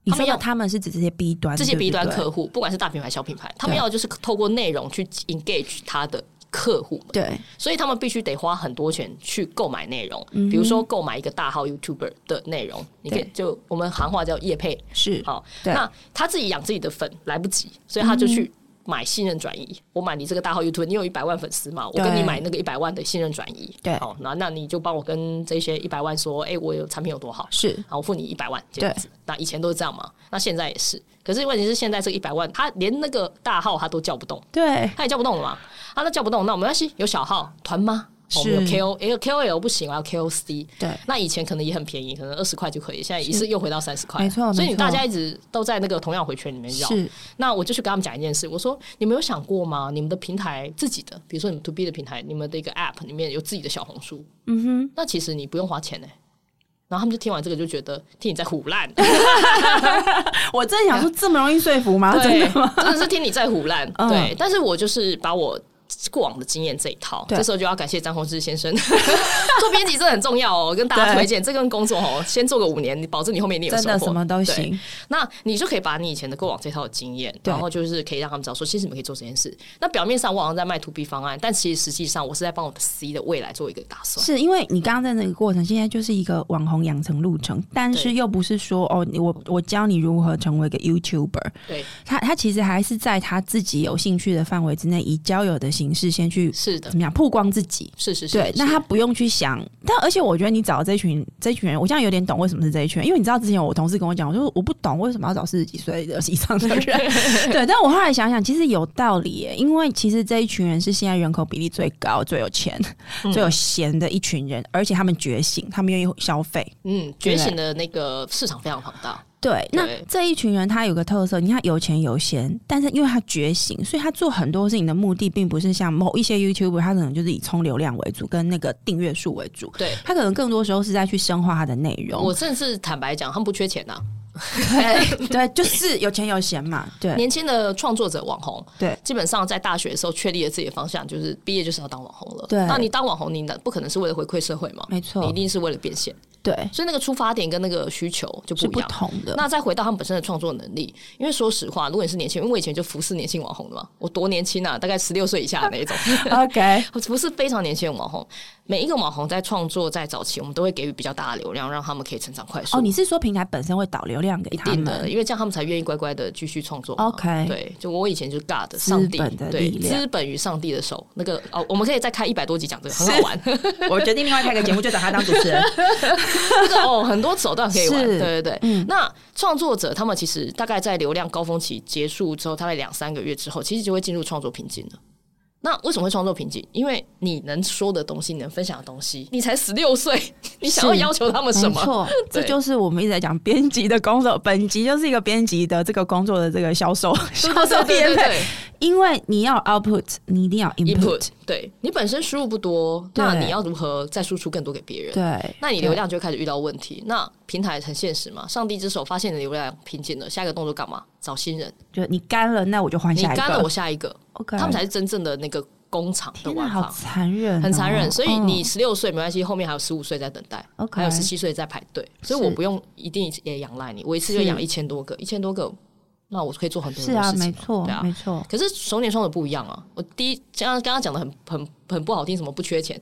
你
他们
说的
要
他们是指这些 B 端，
这些
对不
B 端
对
客户，不管是大品牌、小品牌，他们
对
要的就是透过内容去 engage 他的客户们，
对
所以他们必须得花很多钱去购买内容，比如说购买一个大号 YouTuber 的内容，你可以
嗯对
就我们行话叫业配，
是，
好，
对嗯
那他自己养自己的粉来不及，所以他就去买信任转移。我买你这个大号 YouTube，你有一百万粉丝嘛？我跟
对
你买那个一百万的信任转移。
对
好，那那你就帮我跟这些一百万说，哎、我有产品有多好，
是
好，我付你一百万这样子。那以前都是这样嘛，那现在也是。可是问题是，现在这一百万，他连那个大号他都叫不动，
对
他也叫不动了嘛。啊，那叫不动，那我们要系有小号团吗？哦我们有
是
KOL KOL 不行，我要啊 KOC。
对
那以前可能也很便宜，可能二十块就可以，现在一次又回到三十块，
没错
所以
没
你
错
大家一直都在那个同样回圈里面绕。
是，
那我就去跟他们讲一件事，我说你们有想过吗？你们的平台自己的，比如说你们 to B 的平台，你们的一个 App 里面有自己的小红书，
嗯哼，
那其实你不用花钱呢、欸然后他们就听完这个就觉得听你在胡烂，
我真的想说这么容易说服吗？啊真
对，
的吗？
真的是听你在胡烂。
嗯
对，但是我就是把我过往的经验这一套，
对
这时候就要感谢张宏志先生， [LAUGHS] 做编辑真的很
[LAUGHS]
重要哦。跟大家
对
推荐这份工作哦，先做个五年，你保证你后面一定 [LAUGHS] 有
真
收获，
的什么都
对
行，
那你就可以把你以前的过往这套的经验，
对
然后就是可以让他们知道说，其实你们可以做这件事。那表面上我好像在卖 to B 方案，但其实实际上我是在帮我的 C 的未来做一个打算。
是因为你刚刚在那个过程，现在就是一个网红养成路程，但是
对
又不是说哦，你我我教你如何成为一个 YouTuber，
对，
他他其实还是在他自己有兴趣的范围之内，以交友的形式先去
是的
怎，么样曝光自己。
是是是。
对，那
是
他不用去想，但而且我觉得你找的这一群这一群人，我现在有点懂为什么是这一群人，因为你知道之前我同事跟我讲，我说我不懂为什么要找四十几岁的 [LAUGHS] 以上的人，对，但我后来想想，其实有道理耶，因为其实这一群人是现在人口比例最高、最有钱、最有闲的一群人，而且他们觉醒，他们愿意消费，
嗯，觉醒的那个市场非常庞大。
对，那
对
这一群人他有个特色，你看有钱有闲，但是因为他觉醒，所以他做很多事情的目的并不是像某一些 YouTuber，他可能就是以冲流量为主，跟那个订阅数为主。
对，
他可能更多时候是在去深化他的内容 [LAUGHS]
我，甚至坦白讲，他们不缺钱啊呐、
对对，就是有钱有闲嘛， [LAUGHS] 对
年轻的创作者网红，
对
基本上在大学的时候确立了自己的方向，就是毕业就是要当网红了。
对
那你当网红，你呢不可能是为了回馈社会嘛？
没错
你一定是为了变现，
对，
所以那个出发点跟那个需求就是不一
不
样。
同的。
那再回到他们本身的创作能力，因为说实话，如果你是年轻人，因为我以前就服侍年轻网红的嘛，我多年轻啊，大 [LAUGHS] 概十六岁以下的那一种，
[LAUGHS]
[LAUGHS]
OK，
我不是非常年轻的网红。每一个网红在创作在早期，我们都会给予比较大的流量，让他们可以成长快速。
哦，你是说平台本身会导流量给
一
他
定的，
们？
因为这样他们才愿意乖乖的继续创作嘛。
OK
对，就我以前就是 God
资
上帝
本的
对
力量
资本与上帝的手，那个哦，我们可以再开一百多集讲这个，很好
是
玩。 [LAUGHS]
我决定另外开个节目，就找他当主持人。
这个哦，很多手段可以玩，
是嗯
对对对。那创作者他们其实大概在流量高峰期结束之后，大概两三个月之后，其实就会进入创作瓶颈了。那为什么会创作瓶颈？因为你能说的东西，你能分享的东西，你才十六岁，你想要要求他们什
没
么？
错，这
对
就是我们一直在讲编辑的工作，本集就是一个编辑的这个工作的这个销
[LAUGHS]
售销售
[LAUGHS] 对对
编
对
配，
对
因为你要 output，你一定要 input，
，input，对你本身输入不多，
对
那你要如何再输出更多给别人？
对，
那你流量就会开始遇到问题。那平台很现实嘛，上帝之手发现你的流量瓶颈了，下一个动作干嘛？找新人，
对就你干了，那我就换
你
下一个，
干了我下一个，
OK，
他们才是真正的那个工厂的
天哪，
玩
好
法，
残忍哦，
很残忍。所以
嗯
你十六岁没关系，后面还有十五岁在等待，
OK
还有十七岁在排队，所以
是
我不用一定也仰赖你，我一次就是养一千多个，一千多个，那我可以做很多
是
很多
啊，
事
没
情。
错
对，啊
没错，
可是手捻双的不一样啊！我第一，刚刚刚刚讲的很很很不好听，什么不缺钱，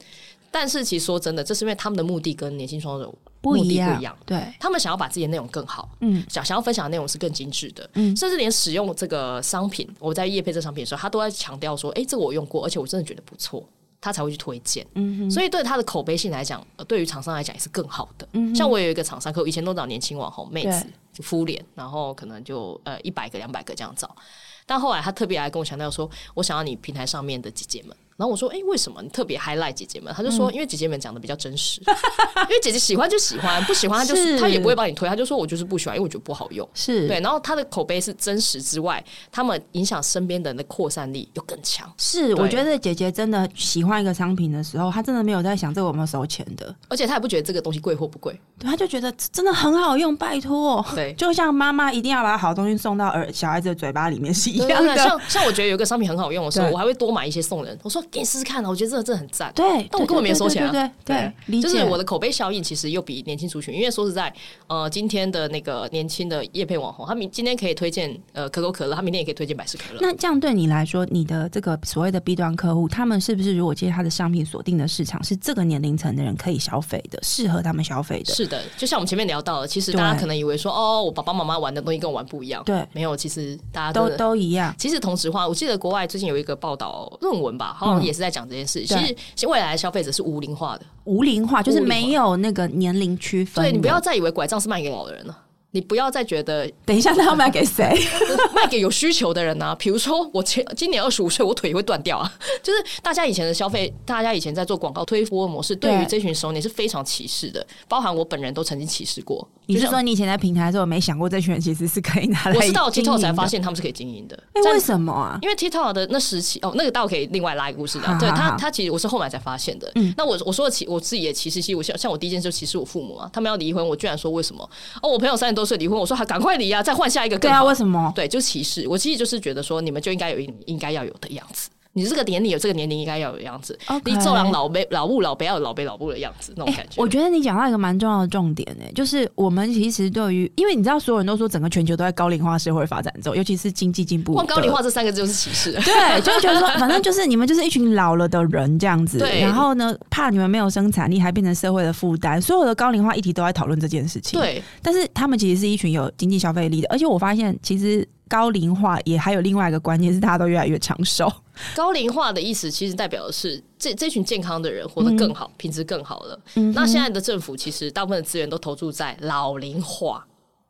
但是其实说真的，这是因为他们的目的跟年轻创作者目的
一
不一样，
对，
他们想要把自己的内容更好，
嗯，
想想要分享的内容是更精致的，
嗯
甚至连使用这个商品，我在夜配这商品的时候，他都在强调说，哎、这个我用过，而且我真的觉得不错。他才会去推荐。
嗯哼，
所以对他的口碑性来讲，呃对于厂商来讲也是更好的。
嗯哼
像我有一个厂商客户，以前都找年轻网红妹子
对
就敷脸，然后可能就呃一百个、两百个这样找。但后来他特别来跟我强调说，我想要你平台上面的姐姐们。然后我说，哎、为什么你特别 highlight 姐姐们？他就
嗯
说，因为姐姐们讲的比较真实， [LAUGHS] 因为姐姐喜欢就喜欢，不喜欢她就是
是
她也不会帮你推，她就说我就是不喜欢，因为我觉得不好用。
是
对，然后他的口碑是真实之外，他们影响身边的人的扩散力又更强，
是，
对
我觉得姐姐真的喜欢一个商品的时候，她真的没有在想这个有没有收钱的，
而且他也不觉得这个东西贵或不贵。
对，她就觉得这真的很好用，拜托。
[LAUGHS] 对，
就像妈妈一定要把好东西送到儿小孩子的嘴巴里面是一
对
样
对对
[LAUGHS] 的，
像像我觉得有一个商品很好用的时候，
对
我还会多买一些送人。我说给你试试看啊，我觉得这个真的很赞。
对，
但我根本没有收钱啊
对对对对对，
就是我
的
的口碑效应其实又比年轻族群，因为说实在，呃，今天的那个年轻的叶配网红，他明今天可以推荐呃可口可乐，他明天也可以推荐百事可乐。
那这样对你来说，你的这个所谓的 B 端客户，他们是不是如果接他的商品锁定的市场是这个年龄层的人可以消费的，适合他们消费的？
是的，就像我们前面聊到的，其实
对
大家可能以为说，哦，我爸爸妈妈玩的东西跟我玩不一样，
对，
没有，其实大家真
都
的
都一样，
其实同质化，我记得国外最近有一个报道论文吧，
嗯
好像也是在讲这件事。其实其实未来的消费者是无龄化的，
无龄化就是
无龄化
没有那个年龄区分的。
对你不要再以为拐杖是卖给老人了。你不要再觉得
等一下，那要卖给
[LAUGHS]
谁？
卖给有需求的人呐、比如说我前今年二十五岁，我腿会断掉啊。 [LAUGHS] 就是大家以前的消费，大家以前在做广告推播模式，对于
对
这群熟年是非常歧视的，包含我本人都曾经歧视过。
你是
就像
说你以前在平台的时候没想过这群人其实是可以拿来？
我是到 TikTok 才发。现他们是可以经营的？
哎、
在
为什么啊？
因为 TikTok 的那时期，哦，那个倒可以另外拉一个故事
好
聊。
好
对
好嗯
他，他其实我是后来才发现的。那我我说的歧，我自己也歧视，其实我像像我第一件事就歧视我父母啊，他们要离婚，我居然说为什么？哦，我朋友三十多岁离婚，我说还赶快离啊，再换下一个
对
更
啊，
好。
为什么？
对，就歧视。我其实就是觉得说，你们就应该有应应该要有的样子。你这个年龄有这个年龄应该要有的样子
OK
你做郎老辈老母老辈要有老辈老母的样子那种
哎、
感觉。
我觉得你讲到一个蛮重要的重点、哎，就是我们其实对于，因为你知道，所有人都说整个全球都在高龄化社会发展中，尤其是经济进步，
哦光高龄化。这三个字就是歧
[LAUGHS]
视。
对，就会觉得说，反正就是你们就是一群老了的人这样子，
对
然后呢，怕你们没有生产力，还变成社会的负担。所有的高龄化议题都在讨论这件事情。，
对，
但是他们其实是一群有经济消费力的，而且我发现其实高龄化也还有另外一个关键是，大家都越来越长寿。 [LAUGHS]
高龄化的意思其实代表的是这这群健康的人活得更
嗯
好，品质更好了。那现在的政府其实大部分的资源都投注在老龄化，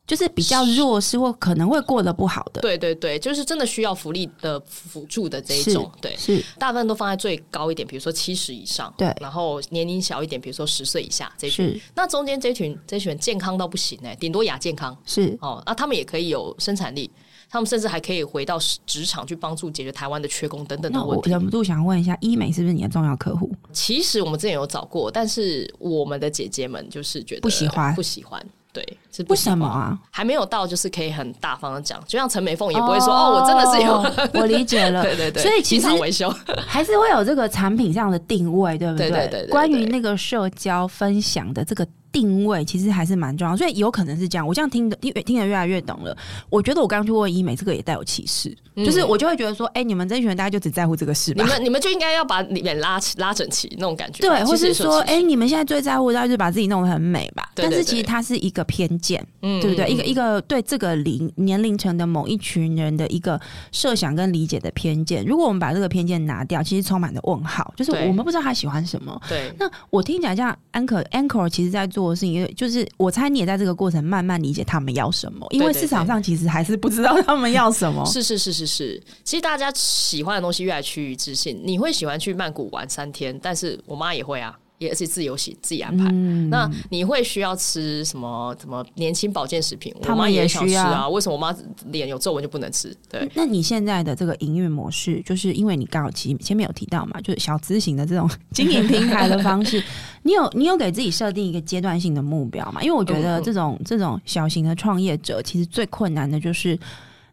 就是比较弱势或可能会过得不好的，
对对对，就是真的需要福利的辅助的这一
是
种，对。
是
大部分都放在最高一点，比如说七十以上，
对
然后年龄小一点，比如说十岁以下这一群。
是
那中间这一群这一群健康到不行哎、顶多亚健康
是，
哦，那、他们也可以有生产力，他们甚至还可以回到职场去帮助解决台湾的缺工等等
那
的问
我
题。
忍不住想问一下，医美是不是你的重要客户？
其实我们之前有找过，但是我们的姐姐们就是觉得
不喜欢
不喜欢，对，是不
为
喜
什
欢
么？啊？
还没有到就是可以很大方的讲，就像陈美凤也不会说哦我真的是有，
有，
[LAUGHS]
[LAUGHS] 我理解了。
对对对，
所以其
机
实
场维修，
还是会有这个产品上的定位，对不
对对对对对
关于那个社交分享的这个定位，其实还是蛮重要。所以有可能是这样，我这样听的，听听得越来越懂了。我觉得我刚刚去问医美，这个也带有歧视，
嗯
就是我就会觉得说，哎、你们这群人大概就只在乎这个事
你
吧。
们你们就应该要把脸拉起拉整齐那种感觉，
对，
其
或
实
是
也有
说，
歧
哎、
视
你们现在最在乎的就是把自己弄得很美吧？
对对
但是其实
对
它是一个偏见，
嗯
对不对？
嗯
一个一个对这个龄年龄层的某一群人的一个设想跟理解的偏见。如果我们把这个偏见拿掉，其实充满了问号，就是
对
我们不知道他喜欢什么。
对。
那我听起来，像 Anchor Anchor 其实在做的事情，就是我猜你也在这个过程慢慢理解他们要什么，因为
对对
市场上其实还是不知道他们要什么。
是是是是是，其实大家喜欢的东西越来趋于自信。你会喜欢去曼谷玩三天，但是我妈也会啊，也而且自由行自己安排。
嗯，
那你会需要吃什么？什么年轻保健食品？
他
我妈
们也
想
需
吃
要嗯
啊。为什么我妈脸有皱纹就不能吃？对，
那你现在的这个营运模式，就是因为你刚好前前面有提到嘛，就是小资型的这种 [LAUGHS] 经营平台的方
[LAUGHS]
式，你有你有给自己设定一个阶段性的目标嘛？因为我觉得
嗯嗯
这种这种小型的创业者，其实最困难的就是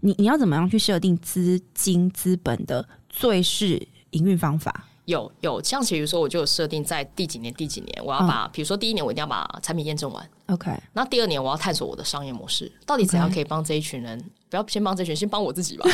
你你要怎么样去设定资金资本的最适营运方法？
有有，像比如说，我就有设定在第几年、第几年，我要
嗯
把，比如说第一年我一定要把产品验证完，
OK，
那第二年我要探索我的商业模式，到底怎样
OK
可以帮这一群人？不要先帮这群人，先帮我自己
[LAUGHS]
吧。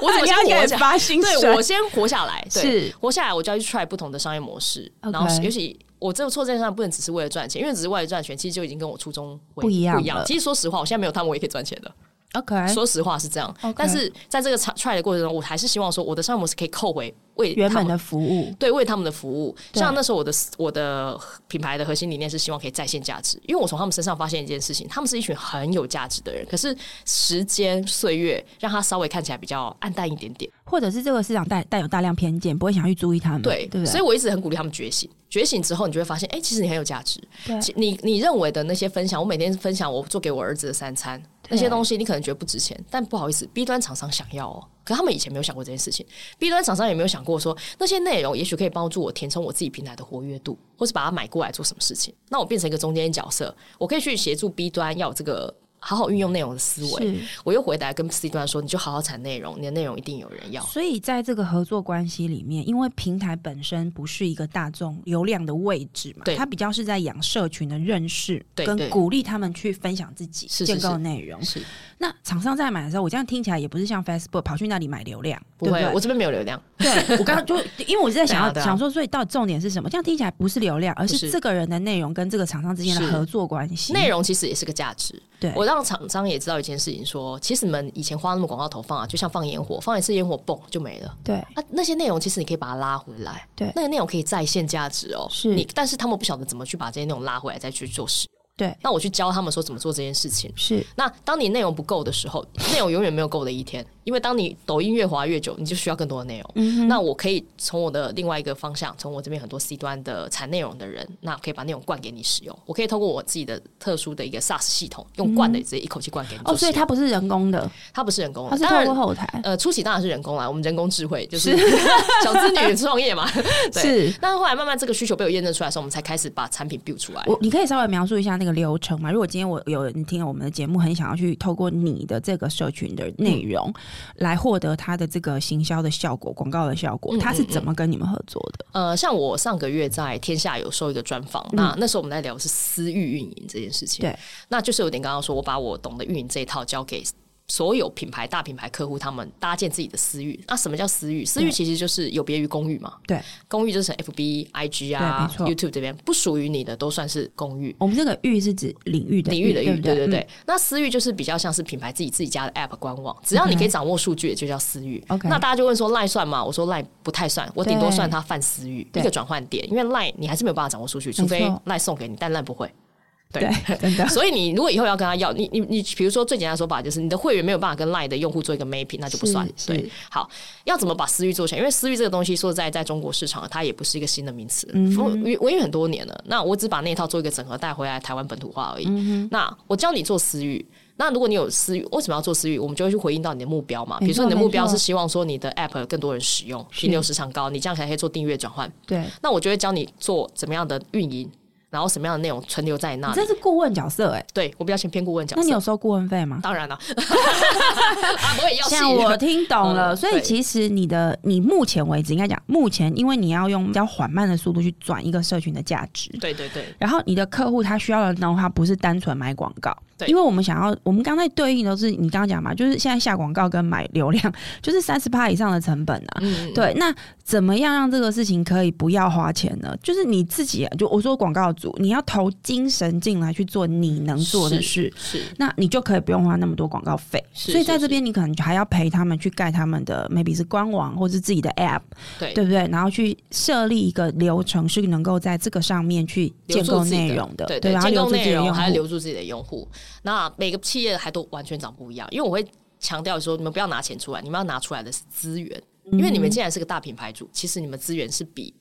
我怎么先
你要
活
给
下？
发薪水？ [LAUGHS]
对我先活下来，对，
是
活下来，我就要去 try 不同的商业模式。
OK
然后，尤其我这个做这件事上不能只是为了赚钱，因为只是为了赚钱，其实就已经跟我初衷为
不一样
不一样
了。
其实说实话，我现在没有他们，我也可以赚钱的。
OK，
说实话是这样
OK
但是在这个 try 的过程中，我还是希望说我的商业模式可以扣回为
原
他
本
们
的服务
对，为他们的服务。
对
像那时候我的我的品牌的核心理念是希望可以再现价值，因为我从他们身上发现一件事情，他们是一群很有价值的人，可是时间岁月让他稍微看起来比较暗淡一点点。
或者是这个市场带带有大量偏见，不会想去注意他们，
对，
嗯对不对？
所以我一直很鼓励他们觉醒。觉醒之后，你就会发现，哎、其实你很有价值。
对
其你你认为的那些分享，我每天分享我做给我儿子的三餐那些东西，你可能觉得不值钱，但不好意思，B 端厂商想要哦。可他们以前没有想过这件事情，B 端厂商也没有想过说那些内容也许可以帮助我填充我自己平台的活跃度，或是把它买过来做什么事情。那我变成一个中间角色，我可以去协助 B 端要有这个好好运用内容的思维。
是。
我又回答跟 C 端说，你就好好产内容，你的内容一定有人要。
所以在这个合作关系里面，因为平台本身不是一个大众流量的位置嘛，
对
它比较是在养社群的认识，
对
跟
对
鼓励他们去分享自己
是是
建构的内容。
是
那厂商在买的时候，我这样听起来也不是像 Facebook 跑去那里买流量，
不会，
对不
我这边没有流量。
对？对我刚刚就因为我是在想
[LAUGHS]
要、
对啊对啊
想说，所以到底重点是什么？这样听起来不是流量，而
不
是
是
这个人的内容跟这个厂商之间的
是
合作关系。
内容其实也是个价值。
对
我让厂商也知道一件事情说其实你们以前花那么广告投放啊，就像放烟火，放一次烟火嘣就没了。
对
啊，那些内容其实你可以把它拉回来，
对
那个内容可以再现价值哦。
是
你，但是他们不晓得怎么去把这些内容拉回来再去做使用。
对
那我去教他们说怎么做这件事情。
是
那当你内容不够的时候，内容永远没有够的一天，因为当你抖音越滑越久，你就需要更多的内容。
嗯
那我可以从我的另外一个方向，从我这边很多 C 端的产内容的人，那可以把内容灌给你使用。我可以透过我自己的特殊的一个 SaaS 系统，用灌的直接一口气灌给你做
哦，
使
所以
用。
它不是人工的，
它不是人工
它
的，
是
哦当
透过
然。
后台，
呃，初期当然是人工啦，我们人工智慧就是 [LAUGHS] 小资女创业嘛。 [LAUGHS] 对，
是。
但是后来慢慢这个需求被我验证出来的时候，我们才开始把产品 build 出来。
我你可以稍微描述一下那个流程吗？如果今天我有人听了我们的节目，很想要去透过你的这个社群的内容、
嗯
来获得他的这个行销的效果、广告的效果，
嗯
他是怎么跟你们合作的？
呃，像我上个月在天下有受一个专访，那那时候我们在聊是私域运营这件事情，
嗯对，
那就是有点刚刚说，我把我懂得运营这一套交给。所有品牌、大品牌客户，他们搭建自己的私域。那什么叫私域？私域其实就是有别于公寓嘛。
对，
公寓就是 FB、IG 啊、
对没
YouTube 这边不属于你的，都算是公寓。
我们这个域是指领域的
领域的域，
对不
对对对。
嗯
那私域就是比较像是品牌自己自己家的 App 官网，只要你
OK
可以掌握数据，也就叫私域。
OK
那大家就问说赖算吗？我说赖不太算，我顶多
对
算它泛私域
对
一个转换点，因为赖你还是没有办法掌握数据，
错
除非赖送给你，但赖不会。对。
嗯
[LAUGHS]
对，真的
所以你如果以后要跟他要，你你你，比如说最简单的说法就是你的会员没有办法跟 Line 的用户做一个 mapping，那就不算。
是
对
是，
好，要怎么把私域做起来？因为私域这个东西说实在，在中国市场它也不是一个新的名词，
嗯
我我因为很多年了。那我只把那一套做一个整合带回来台湾本土化而已。
嗯
那我教你做私域。那如果你有私域，为什么要做私域？我们就会去回应到你的目标嘛。
没错
比如说你的目标
没错
是希望说你的 app 更多人使用，停留时长高，你这样才可以做订阅转换。
对。
那我就会教你做怎么样的运营，然后什么样的内容存留在那
你
里。
这是顾问角色哎、
对我比较先偏顾问角色。
那你有收顾问费吗？
当
[LAUGHS]
然了，啊，我也要
像我
信
听懂了，
嗯
所以
对
其实你的你目前为止应该讲，目前因为你要用比较缓慢的速度去转一个社群的价值，
[LAUGHS] 对对对，
然后你的客户他需要的呢，他不是单纯买广告，
对
因为我们想要，我们刚才对应都是你刚刚讲嘛，就是现在下广告跟买流量 [LAUGHS] 就是三十趴以上的成本啊。
嗯，
对，那怎么样让这个事情可以不要花钱呢？就是你自己，就我说广告主，你要投精神进来去做你能做的事，
是
那你就可以不用花那么多广告费。
是
所以在
是
这边，你可能还要陪他们去盖他们的 maybe 是官网或是自己的 app，
对
对不对？然后去设立一个流程，是能够在这个上面去建构内容的，
对
然后
建
留
构
住自己
内
的
容
用
还要
户。
留住自己的用户。那每个企业还都完全长不一样，因为我会强调说，你们不要拿钱出来，你们要拿出来的是资源，
嗯
因为你们既然是个大品牌主，其实你们资源是比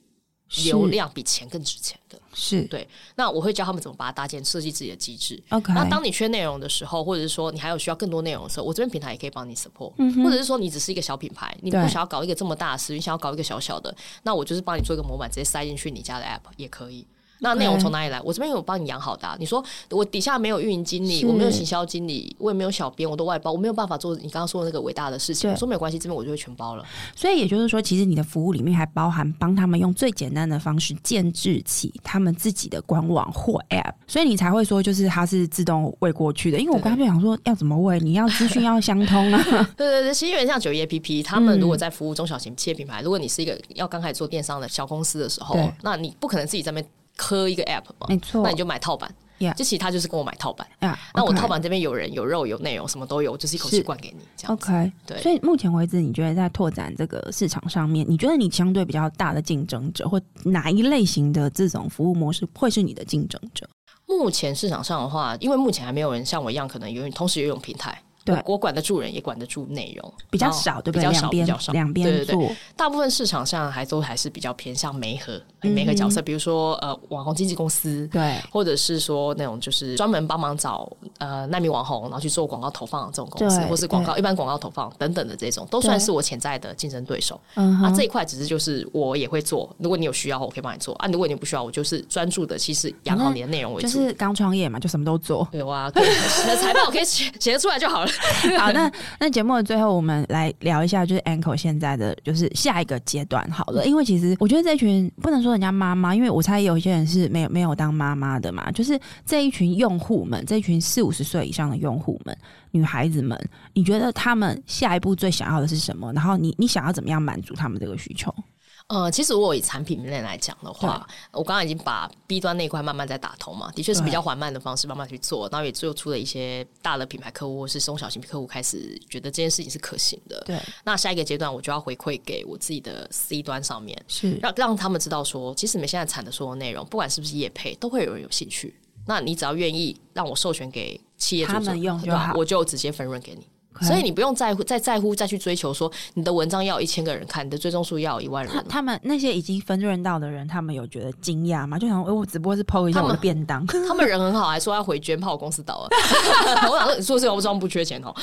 流量比钱更值钱的。
是
对，那我会教他们怎么把它搭建，设计自己的机制。
OK，
那当你缺内容的时候，或者是说你还有需要更多内容的时候，我这边平台也可以帮你 support，、或者是说你只是一个小品牌，你不
嗯对
想要搞一个这么大的事，你想要搞一个小小的，那我就是帮你做一个模板，直接塞进去你家的 app 也可以。那内容从哪里来？我这边有帮你养好的啊、你说我底下没有运营经理，
是
我没有行销经理，我也没有小编，我都外包，我没有办法做你刚刚说的那个伟大的事情。
对
我说没有关系，这边我就会全包了。
所以也就是说，其实你的服务里面还包含帮他们用最简单的方式建制起他们自己的官网或 App，所以你才会说就是它是自动喂过去的。因为我刚才就想说，要怎么喂？你要资讯要相通
[LAUGHS]
啊。
对对对，其实有点像九一 APP，他们如果在服务中小型企业品牌，如果你是一个要刚开始做电商的小公司的时候
对，
那你不可能自己在那边磕一个 app 嘛，
没错
那你就买套版。
Yeah
就其他就是跟我买套版。
呀，
那我
OK
套版这边有人有肉有内容什么都有，就是一口气
是哦
灌给你这样子。
OK，
对
所以目前为止，你觉得在拓展这个市场上面，你觉得你相对比较大的竞争者，或哪一类型的这种服务模式会是你的竞争者？
目前市场上的话，因为目前还没有人像我一样，可能有同时游泳平台。
对
我我管得住人，也管得住内容，
比较
然后
少，对不
哦比
对？
较
两
少，比
边
较少。
两边
对对对
做，
大部分市场上还都还是比较偏向媒合，
嗯哼
媒合角色，比如说呃网红经纪公司，
对
或者是说那种就是专门帮忙找呃难民网红，然后去做广告投放的这种公司，
对
或是广告一般广告投放等等的这种，都
对
算是我潜在的竞争对手。
嗯
啊，
哼，
这一块只是就是我也会做，如果你有需要，我可以帮你做啊；如果你不需要，我就是专注的，其实养好你的内容为
就
主。。
是刚创业嘛，就什么都做
对哇，对你的财报我可以写写得出来就好了。
[LAUGHS] 好，那那节目的最后，我们来聊一下，就是 Anko 现在的就是下一个阶段好
嗯
了，因为其实我觉得这群不能说人家妈妈，因为我猜有一些人是没有没有当妈妈的嘛，就是这一群用户们，这一群四五十岁以上的用户们，女孩子们，你觉得她们下一步最想要的是什么？然后你你想要怎么样满足她们这个需求？
[LAUGHS] 呃，其实我以产品面来讲的话，我刚刚已经把 B 端那一块慢慢在打通嘛，的确是
对
比较缓慢的方式慢慢去做，然后也做出了一些大的品牌客户或是中小型客户开始觉得这件事情是可行的。
对，
那下一个阶段，我就要回馈给我自己的 C 端上面，
是
让让他们知道说，其实你们现在产的所有内容，不管是不是业配，都会有人有兴趣。那你只要愿意让我授权给企业主
他们用就
对吧
好
我就直接分润给
OK
你。所以你不用在乎再在乎再去追求说你的文章要一千个人看，你的追踪数要一万人哦
[LAUGHS] 他。他们那些已经分润到的人，他们有觉得惊讶吗？就想说，哎、我只不过是 PO 一下
他
我
们
的便
[LAUGHS]
当，
他们人很好，还说要回捐，怕我公司倒了。 [LAUGHS] 我想说，你做这个装不缺钱哦，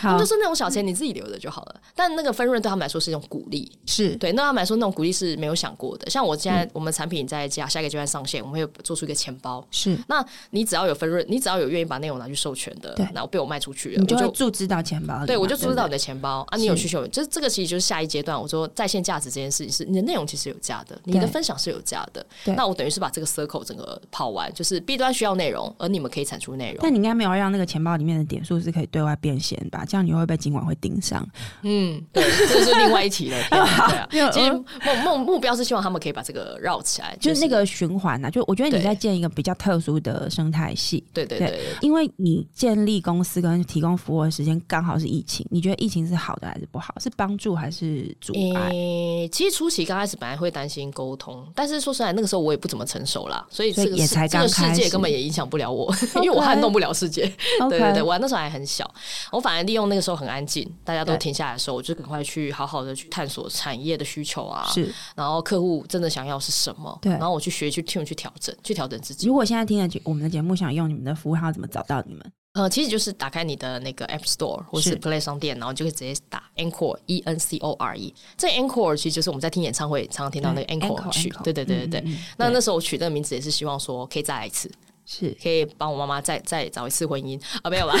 好
就是那种小钱你自己留着就好了。但那个分润对他们来说是一种鼓励，
是
对，那他们来说那种鼓励是没有想过的。像我现
嗯
在我们产品在下下一个阶段上线，我们会做出一个钱包。
是，
那你只要有分润，你只要有愿意把内容拿去授权的
对，
那我被我卖出去了，
你
我
就会
就
注资到钱包里嘛。
对我就
不
知道你的钱包啊，你有需求，就是这个其实就是下一阶段。我说在线价值这件事情是你的内容其实有价的，你的分享是有价的
对。
那我等于是把这个 circle 整个跑完，就是 B 端需要内容，而你们可以产出内容。
但你应该没有让那个钱包里面的点数是可以对外变现吧？这样你会被今晚会盯上。
嗯，
[LAUGHS]
对，这个是另外一题了。天啊对啊，
因为
其实目目目标是希望他们可以把这个绕起来，
嗯就是是那个循环呐、啊，就我觉得你
对
在建一个比较特殊的生态系，
对对
对
对对
因为你建立公司跟提供服务的时间刚好是疫情，你觉得疫情是好的还是不好？是帮助还是阻碍？
诶、其实初期刚开始本来会担心沟通，但是说实在，那个时候我也不怎么成熟啦，所以
所以
这个
也
世
才
这
刚
个世
开
界
始
根本也影响不了我，因为我撼动不了世界。对对对，
OK，
我那时候还很小，我反而利用那个时候很安静，大家都
对
停下来的时候，我就赶快去好好的去探索产业的需求啊，
是。
然后客户真的想要是什么，
对
然后我去学去 tune 去调整，去调整自己。
如果现在听了节我们的节目，想用你们的服务，他要怎么找到你们？
呃，其实就是打开你的那个 App Store 或
是
是 Play 商店，然后你就可以直接打 Encore E N C O R E。这 Encore 其实就是我们在听演唱会常常听到那个
对
Encore 曲，对对对对对。
哎嗯嗯嗯
那
对
那时候我取这个名字也是希望说可以再来一次，
是
可以帮我妈妈再再找一次婚姻啊，
[LAUGHS]
没有啦，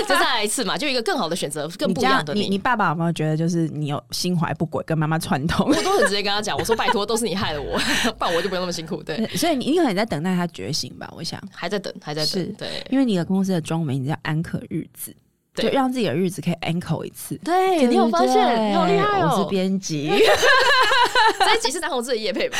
就再来一次嘛，就一个更好的选择，更
你
不
这
一样的
你你爸爸有没有觉得就是你有心怀不轨，跟妈妈串通？
我都很直接跟他讲，我说拜托，都是你害了我，不然我就不用那么辛苦。对，
呃所以你你可能在等待他觉醒吧，我想，
还在等，还在
是
等，对
因为你的公司的中文名叫安可日子，
对
就让自己的日子可以 anchor 一次。
对，你有发现，你好厉害
我
哦
是！编辑。 [LAUGHS]
[LAUGHS] 这一集是张宏志的夜配吧？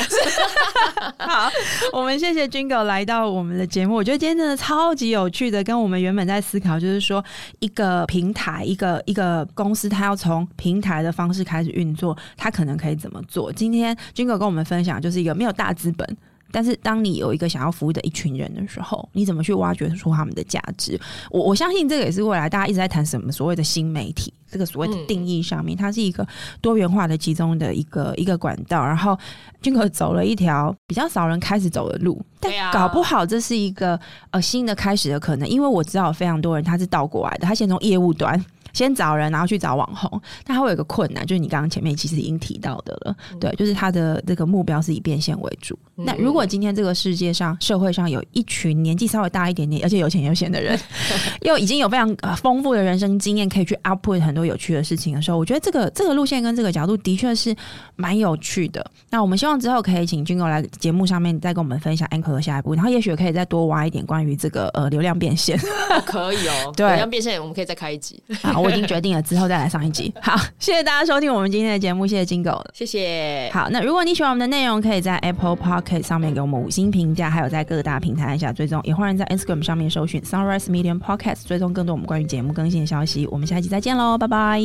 好，我们谢谢军狗来到我们的节目。我觉得今天真的超级有趣的，跟我们原本在思考，就是说一个平台，一个一个公司，它要从平台的方式开始运作，它可能可以怎么做。今天军狗跟我们分享，就是一个没有大资本。但是，当你有一个想要服务的一群人的时候，你怎么去挖掘出他们的价值？我我相信这个也是未来大家一直在谈什么所谓的新媒体，这个所谓的定义上面，它是一个多元化的其中的一个一个管道。然后，军哥走了一条比较少人开始走的路，但
对啊
搞不好这是一个呃新的开始的可能，因为我知道有非常多人他是倒过来的，他先从业务端。先找人，然后去找网红，但他会有一个困难，就是你刚刚前面其实已经提到的了，
嗯
对，就是他的这个目标是以变现为主。 [LAUGHS] 那如果今天这个世界上、社会上有一群年纪稍微大一点点，而且有钱有闲的人，又已经有非常呃丰富的人生经验，可以去 output 很多有趣的事情的时候，我觉得这个这个路线跟这个角度的确是蛮有趣的。那我们希望之后可以请军哥来节目上面再跟我们分享 Anchor 的下一步，然后也许可以再多挖一点关于这个呃流量变现
哦可以哦，
对
流量变现，我们可以再开一集。
啊，我我已经决定了，之后再来上一集。好，谢谢大家收听我们今天的节目，谢谢金狗。
谢谢，
好，那如果你喜欢我们的内容，可以在 Apple p o c k e t 上面给我们五星评价，还有在各大平台按下追踪，也欢迎在 Instagram 上面搜寻 Sunrise Medium Podcast，追踪更多我们关于节目更新的消息。我们下期再见喽，拜拜。